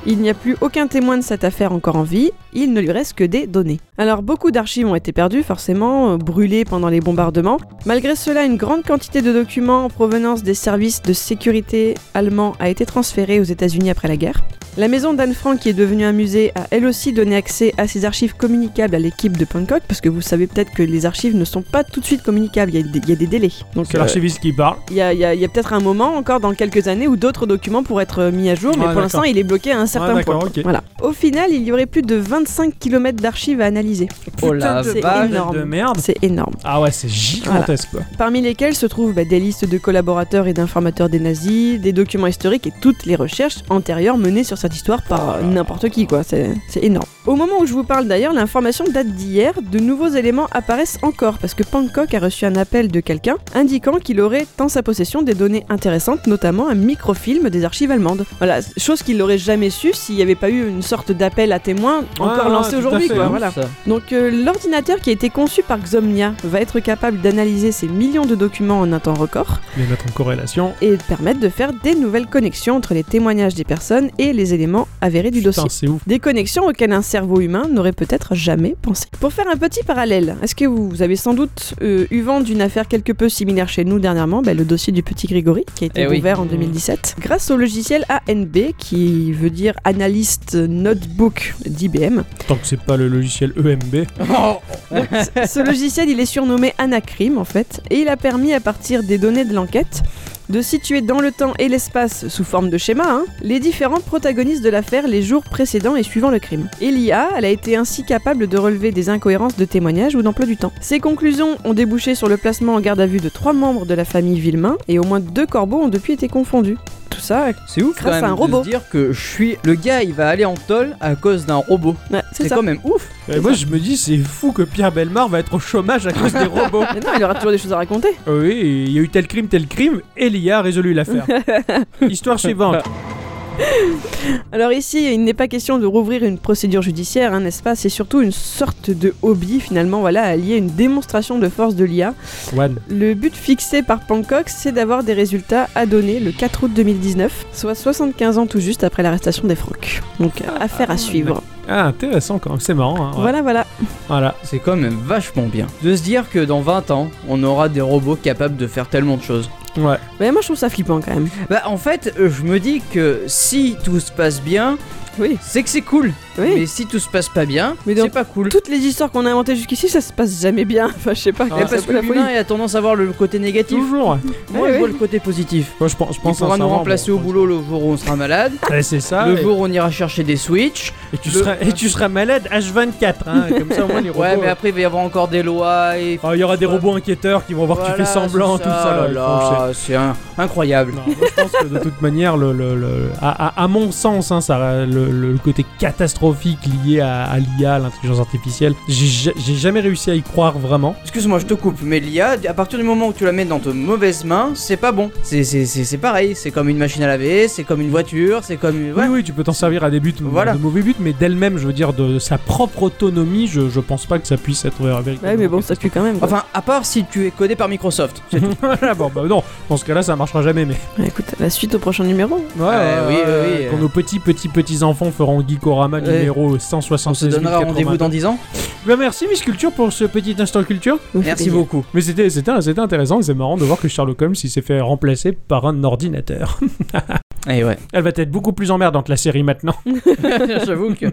Speaker 3: il n'y a plus aucun témoin de cette affaire encore en vie, il ne lui reste que des données. Alors beaucoup d'archives ont été perdues, forcément, euh, brûlées pendant les bombardements. Malgré cela, une grande quantité de documents en provenance des services de sécurité allemands a été transférée aux États-Unis après la guerre. La maison d'Anne Frank, qui est devenue un musée, a elle aussi donné accès à ses archives communicables à l'équipe de Pancock, parce que vous savez peut-être que les archives ne sont pas tout de suite communicables, il y a des, il y a des délais. Donc,
Speaker 2: C'est
Speaker 3: euh,
Speaker 2: l'archiviste qui parle.
Speaker 3: il y a, il y a- il y a peut-être un moment encore dans quelques années où d'autres documents pourraient être mis à jour, mais
Speaker 2: Ah,
Speaker 3: pour
Speaker 2: d'accord.
Speaker 3: l'instant il est bloqué à un certain
Speaker 2: Ah,
Speaker 3: point.
Speaker 2: d'accord, ok.
Speaker 3: Voilà. Au final, il y aurait plus de 25 km d'archives à analyser.
Speaker 1: Oh la
Speaker 3: Putain de
Speaker 1: vache.
Speaker 3: énorme.
Speaker 2: de merde.
Speaker 3: C'est énorme.
Speaker 2: Ah ouais, c'est gigantesque quoi.
Speaker 3: Parmi lesquels se trouvent bah, des listes de collaborateurs et d'informateurs des nazis, des documents historiques et toutes les recherches antérieures menées sur cette histoire par euh, n'importe qui, quoi. C'est c'est énorme. Au moment où je vous parle d'ailleurs, l'information date d'hier, de nouveaux éléments apparaissent encore parce que Pancock a reçu un appel de quelqu'un indiquant qu'il aurait en sa possession des données intéressantes, notamment un microfilm des archives allemandes. Voilà, chose qu'il n'aurait jamais su s'il n'y avait pas eu une sorte d'appel à témoins encore
Speaker 2: Ouais,
Speaker 3: lancé
Speaker 2: tout à
Speaker 3: aujourd'hui,
Speaker 2: fait,
Speaker 3: quoi.
Speaker 2: hein.
Speaker 3: Voilà.
Speaker 1: Ça.
Speaker 3: Donc euh, l'ordinateur qui a été conçu par Xomnia va être capable d'analyser ces millions de documents en un temps record
Speaker 2: Les mettre en corrélation.
Speaker 3: et permettre de faire des nouvelles connexions entre les témoignages des personnes et les éléments avérés du
Speaker 2: Putain, c'est
Speaker 3: dossier.
Speaker 2: ouf.
Speaker 3: Des connexions auxquelles un cerveau humain n'aurait peut-être jamais pensé. Pour faire un petit parallèle, est-ce que vous, vous avez sans doute euh, eu vent d'une affaire quelque peu similaire chez nous dernièrement, bah, le dossier du petit Grégory, qui a été
Speaker 1: Eh oui.
Speaker 3: ouvert en 2017 Grâce au logiciel ANB, qui veut dire Analyst Notebook d'IBM,
Speaker 2: Tant que c'est pas le logiciel E EMB.
Speaker 1: Oh.
Speaker 3: Ce logiciel, il est surnommé Anacrim en fait, et il a permis à partir des données de l'enquête de situer dans le temps et l'espace, sous forme de schéma, hein, les différents protagonistes de l'affaire les jours précédents et suivant le crime. Et l'IA, elle a été ainsi capable de relever des incohérences de témoignages ou d'emploi du temps. Ces conclusions ont débouché sur le placement en garde à vue de trois membres de la famille Villemain, et au moins deux corbeaux ont depuis été confondus. Tout ça, euh,
Speaker 1: C'est ouf
Speaker 3: Grâce
Speaker 1: quand même
Speaker 3: à un
Speaker 1: de
Speaker 3: robot.
Speaker 1: se dire que je suis le gars, il va aller en tôle à cause d'un robot.
Speaker 3: ouais, c'est
Speaker 1: C'est
Speaker 3: ça.
Speaker 1: quand même ouf.
Speaker 2: Et Euh, moi je me dis, c'est fou que Pierre Belmar va être au chômage à cause des robots. Euh,
Speaker 3: Mais non, il aura toujours des choses à raconter.
Speaker 2: oui, il y a eu tel crime, tel crime, et l'IA a résolu l'affaire. Histoire suivante.
Speaker 3: Alors ici, il n'est pas question de rouvrir une procédure judiciaire, hein, n'est-ce pas C'est surtout une sorte de hobby finalement, voilà, allier une démonstration de force de l'IA.
Speaker 2: One.
Speaker 3: Le but fixé par Pancock, c'est d'avoir des résultats à donner le 4 août 2019, soit 75 ans tout juste après l'arrestation des Francs. Donc affaire à suivre.
Speaker 2: Ah, intéressant quand même, c'est marrant. hein, ouais.
Speaker 3: Voilà, voilà.
Speaker 2: Voilà.
Speaker 1: C'est quand même vachement bien. De se dire que dans 20 ans, on aura des robots capables de faire tellement de choses.
Speaker 2: Ouais.
Speaker 3: Mais moi je trouve ça flippant quand même.
Speaker 1: Bah en fait, euh, je me dis que si tout se passe bien,
Speaker 3: Oui.
Speaker 1: c'est que c'est cool.
Speaker 3: Oui.
Speaker 1: Mais si tout se passe pas bien,
Speaker 3: Mais
Speaker 1: c'est
Speaker 3: donc,
Speaker 1: pas cool.
Speaker 3: Toutes les histoires qu'on a inventées jusqu'ici, ça se passe jamais bien. Enfin, je sais pas.
Speaker 1: Mais
Speaker 2: Ah,
Speaker 1: Eh, parce que l'humain a tendance à voir le côté négatif.
Speaker 2: Toujours. ouais.
Speaker 1: Moi,
Speaker 3: Ouais,
Speaker 1: je vois
Speaker 3: ouais.
Speaker 1: le côté positif.
Speaker 2: Moi je pense, je
Speaker 1: On
Speaker 2: pense
Speaker 1: Eh pourra nous
Speaker 2: sincèrement,
Speaker 1: remplacer
Speaker 2: bon,
Speaker 1: au boulot le jour où on sera malade,
Speaker 2: Ouais, c'est ça.
Speaker 1: le
Speaker 2: et,
Speaker 1: jour où on ira chercher des Switch.
Speaker 2: et tu
Speaker 1: le-
Speaker 2: seras, et tu seras malade H24. hein, comme ça, au moins les robots.
Speaker 1: Ouais, mais après, il va y avoir encore des lois et.
Speaker 2: Ah, il y aura des robots inquiéteurs qui vont voir que
Speaker 1: Voilà,
Speaker 2: tu fais semblant,
Speaker 1: c'est
Speaker 2: tout ça. là,
Speaker 1: oh
Speaker 2: ils
Speaker 1: là,
Speaker 2: font chier.
Speaker 1: c'est un- incroyable.
Speaker 2: Non, moi, je pense que de toute manière, le, le- le- à, à- à mon sens, hein, ça, le, le- le côté catastrophique lié à, à l'IA, à l'intelligence artificielle, j'ai ja- j'ai jamais réussi à y croire vraiment.
Speaker 1: Excuse-moi, je te coupe, mais l'IA, à partir du moment où tu la mets dans tes mauvaises mains, c'est pas bon. C'est- C'est c'est- c'est pareil, c'est comme une machine à laver, c'est comme une voiture, c'est comme.
Speaker 2: Oui,
Speaker 1: ouais.
Speaker 2: oui, tu peux t'en servir à des buts,
Speaker 1: Voilà.
Speaker 2: de mauvais buts, mais d'elle-même, je veux dire, de sa propre autonomie, je, je pense pas que ça puisse être euh, véritablement.
Speaker 3: Ouais, mais bon, ça pue quand même. quoi.
Speaker 1: Enfin, à part si tu es codé par Microsoft. c'est tout.
Speaker 2: Voilà, bon, bah non, dans ce cas-là, ça marchera jamais, mais.
Speaker 3: Ouais, Bah, écoute, la suite au prochain numéro.
Speaker 2: Ouais,
Speaker 1: oui, oui, oui.
Speaker 2: Quand nos petits, petits, petits enfants feront Geekorama
Speaker 1: Ouais.
Speaker 2: numéro
Speaker 1: On se
Speaker 2: 176.
Speaker 1: donnera rendez-vous dans 10 ans.
Speaker 2: Bah, merci, Miss Culture, pour ce petit instant culture.
Speaker 3: Vous faites
Speaker 1: Merci
Speaker 3: plaisir.
Speaker 1: beaucoup.
Speaker 2: Mais c'était, c'était, c'était intéressant, et c'est marrant de voir que Sherlock Holmes il s'est fait remplacer par un ordinateur.
Speaker 1: Eh ouais.
Speaker 2: Elle va être beaucoup plus emmerdante, la série, maintenant.
Speaker 1: J'avoue que.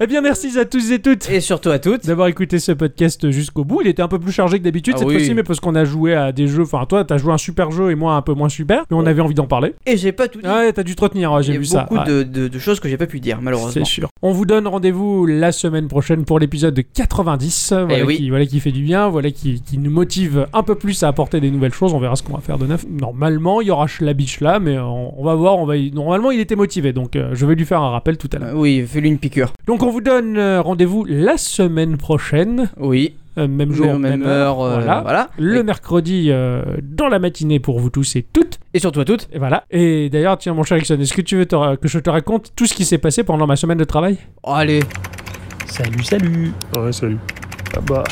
Speaker 2: eh bien, merci à tous et toutes
Speaker 1: Et surtout à toutes.
Speaker 2: d'avoir écouté ce podcast jusqu'au bout. Il était un peu plus chargé que d'habitude
Speaker 1: Ah
Speaker 2: cette
Speaker 1: oui.
Speaker 2: fois-ci, mais parce qu'on a joué à des jeux. Enfin, toi, t'as joué à un super jeu et moi un peu moins super, mais on avait envie d'en parler.
Speaker 1: Et j'ai pas tout dit.
Speaker 2: Ouais, t'as dû te retenir, ouais, Ah, j'ai
Speaker 1: Il y a
Speaker 2: vu ça.
Speaker 1: Beaucoup
Speaker 2: Ouais.
Speaker 1: de, de- de choses que j'ai pas pu dire, malheureusement.
Speaker 2: C'est sûr. On vous donne rendez-vous la semaine prochaine pour l'épisode 90. Voilà,
Speaker 1: Eh oui.
Speaker 2: qui, voilà qui fait du bien, voilà qui, qui nous motive un peu plus à apporter des nouvelles choses. On verra ce qu'on va faire de neuf. Normalement, il y aura la biche là, mais on, on va voir. On va y- Normalement, il était motivé, donc euh, je vais lui faire un rappel tout à l'heure.
Speaker 1: Euh, Oui, fais-lui une piqûre.
Speaker 2: Donc, on vous donne euh, rendez-vous la semaine prochaine,
Speaker 1: Oui.
Speaker 2: euh, même jour,
Speaker 1: Même, même heure. euh,
Speaker 2: Voilà.
Speaker 1: voilà.
Speaker 2: Le
Speaker 1: Et-
Speaker 2: mercredi euh, dans la matinée pour vous tous et toutes.
Speaker 1: Et surtout à toutes.
Speaker 2: Et voilà. Et d'ailleurs, tiens, mon cher Ixon, est-ce que tu veux te- que je te raconte tout ce qui s'est passé pendant ma semaine de travail
Speaker 1: Oh, allez.
Speaker 7: Salut, salut
Speaker 8: Ouais, salut.
Speaker 7: Ah bah,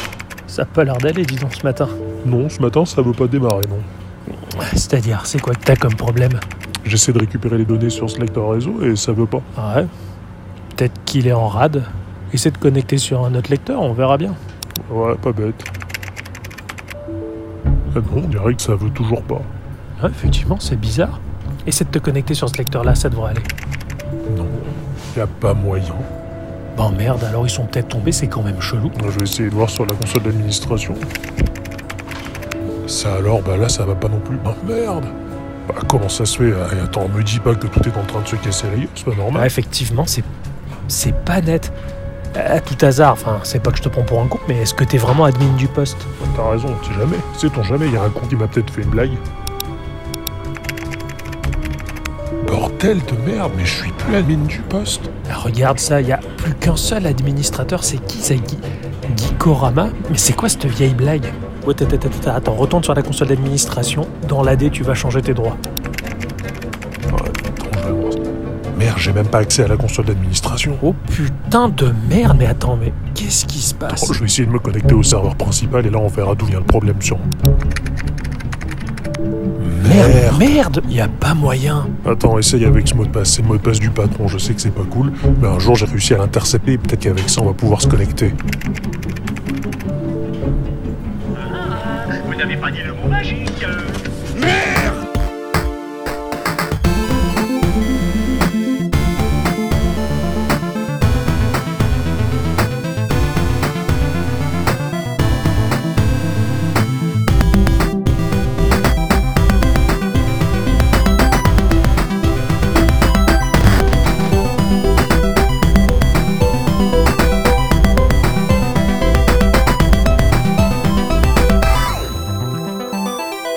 Speaker 7: ça a pas l'air d'aller, dis donc, ce matin.
Speaker 8: Non, ce matin, ça veut pas démarrer, non.
Speaker 7: C'est-à-dire, c'est quoi que t'as comme problème
Speaker 8: J'essaie de récupérer les données sur Slack d'un réseau et ça veut pas.
Speaker 7: Ouais. Peut-être qu'il est en rade. Essaie de connecter sur un autre lecteur, on verra bien.
Speaker 8: Ouais, pas bête. Ah non, on dirait que ça veut toujours pas.
Speaker 7: Ouais, effectivement, c'est bizarre. Essaie de te connecter sur ce lecteur-là, ça devrait aller.
Speaker 8: Non, y a pas moyen.
Speaker 7: Bon Bah, merde, alors ils sont peut-être tombés, c'est quand même chelou.
Speaker 8: Je vais essayer de voir sur la console d'administration. Ça alors, bah là, ça va pas non plus. Ah, merde Bah comment ça se fait Ah, et Attends, me dis pas que tout est en train de se casser les gueules, c'est pas normal.
Speaker 7: Ouais, effectivement, c'est. C'est pas net. À tout hasard, enfin, c'est pas que je te prends pour un con, mais est-ce que t'es vraiment admin du poste
Speaker 8: T'as raison, on sait jamais. Sait-on jamais, il y a un con qui m'a peut-être fait une blague. Bordel de merde, mais je suis plus admin du poste.
Speaker 7: Ah, Regarde ça, il y a plus qu'un seul administrateur, c'est qui ça Guy Guy Korama Mais c'est quoi cette vieille blague Ouais, t'as- t'as- t'as- t'as- Attends, retourne sur la console d'administration. Dans l'AD, tu vas changer tes droits.
Speaker 8: Attends, je vais voir ça. Merde, j'ai même pas accès à la console d'administration.
Speaker 7: Oh putain de merde, mais attends, mais qu'est-ce qui se passe
Speaker 8: Oh, je vais essayer de me connecter au serveur principal et là on verra d'où vient le problème sûrement.
Speaker 7: Merde, merde Il a pas moyen.
Speaker 8: Attends, essaye avec ce mot de passe. C'est le mot de passe du patron, je sais que c'est pas cool, mais un jour j'ai réussi à l'intercepter et peut-être qu'avec ça on va pouvoir se connecter.
Speaker 5: Vous n'avez pas dit le mot magique euh.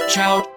Speaker 6: Ciao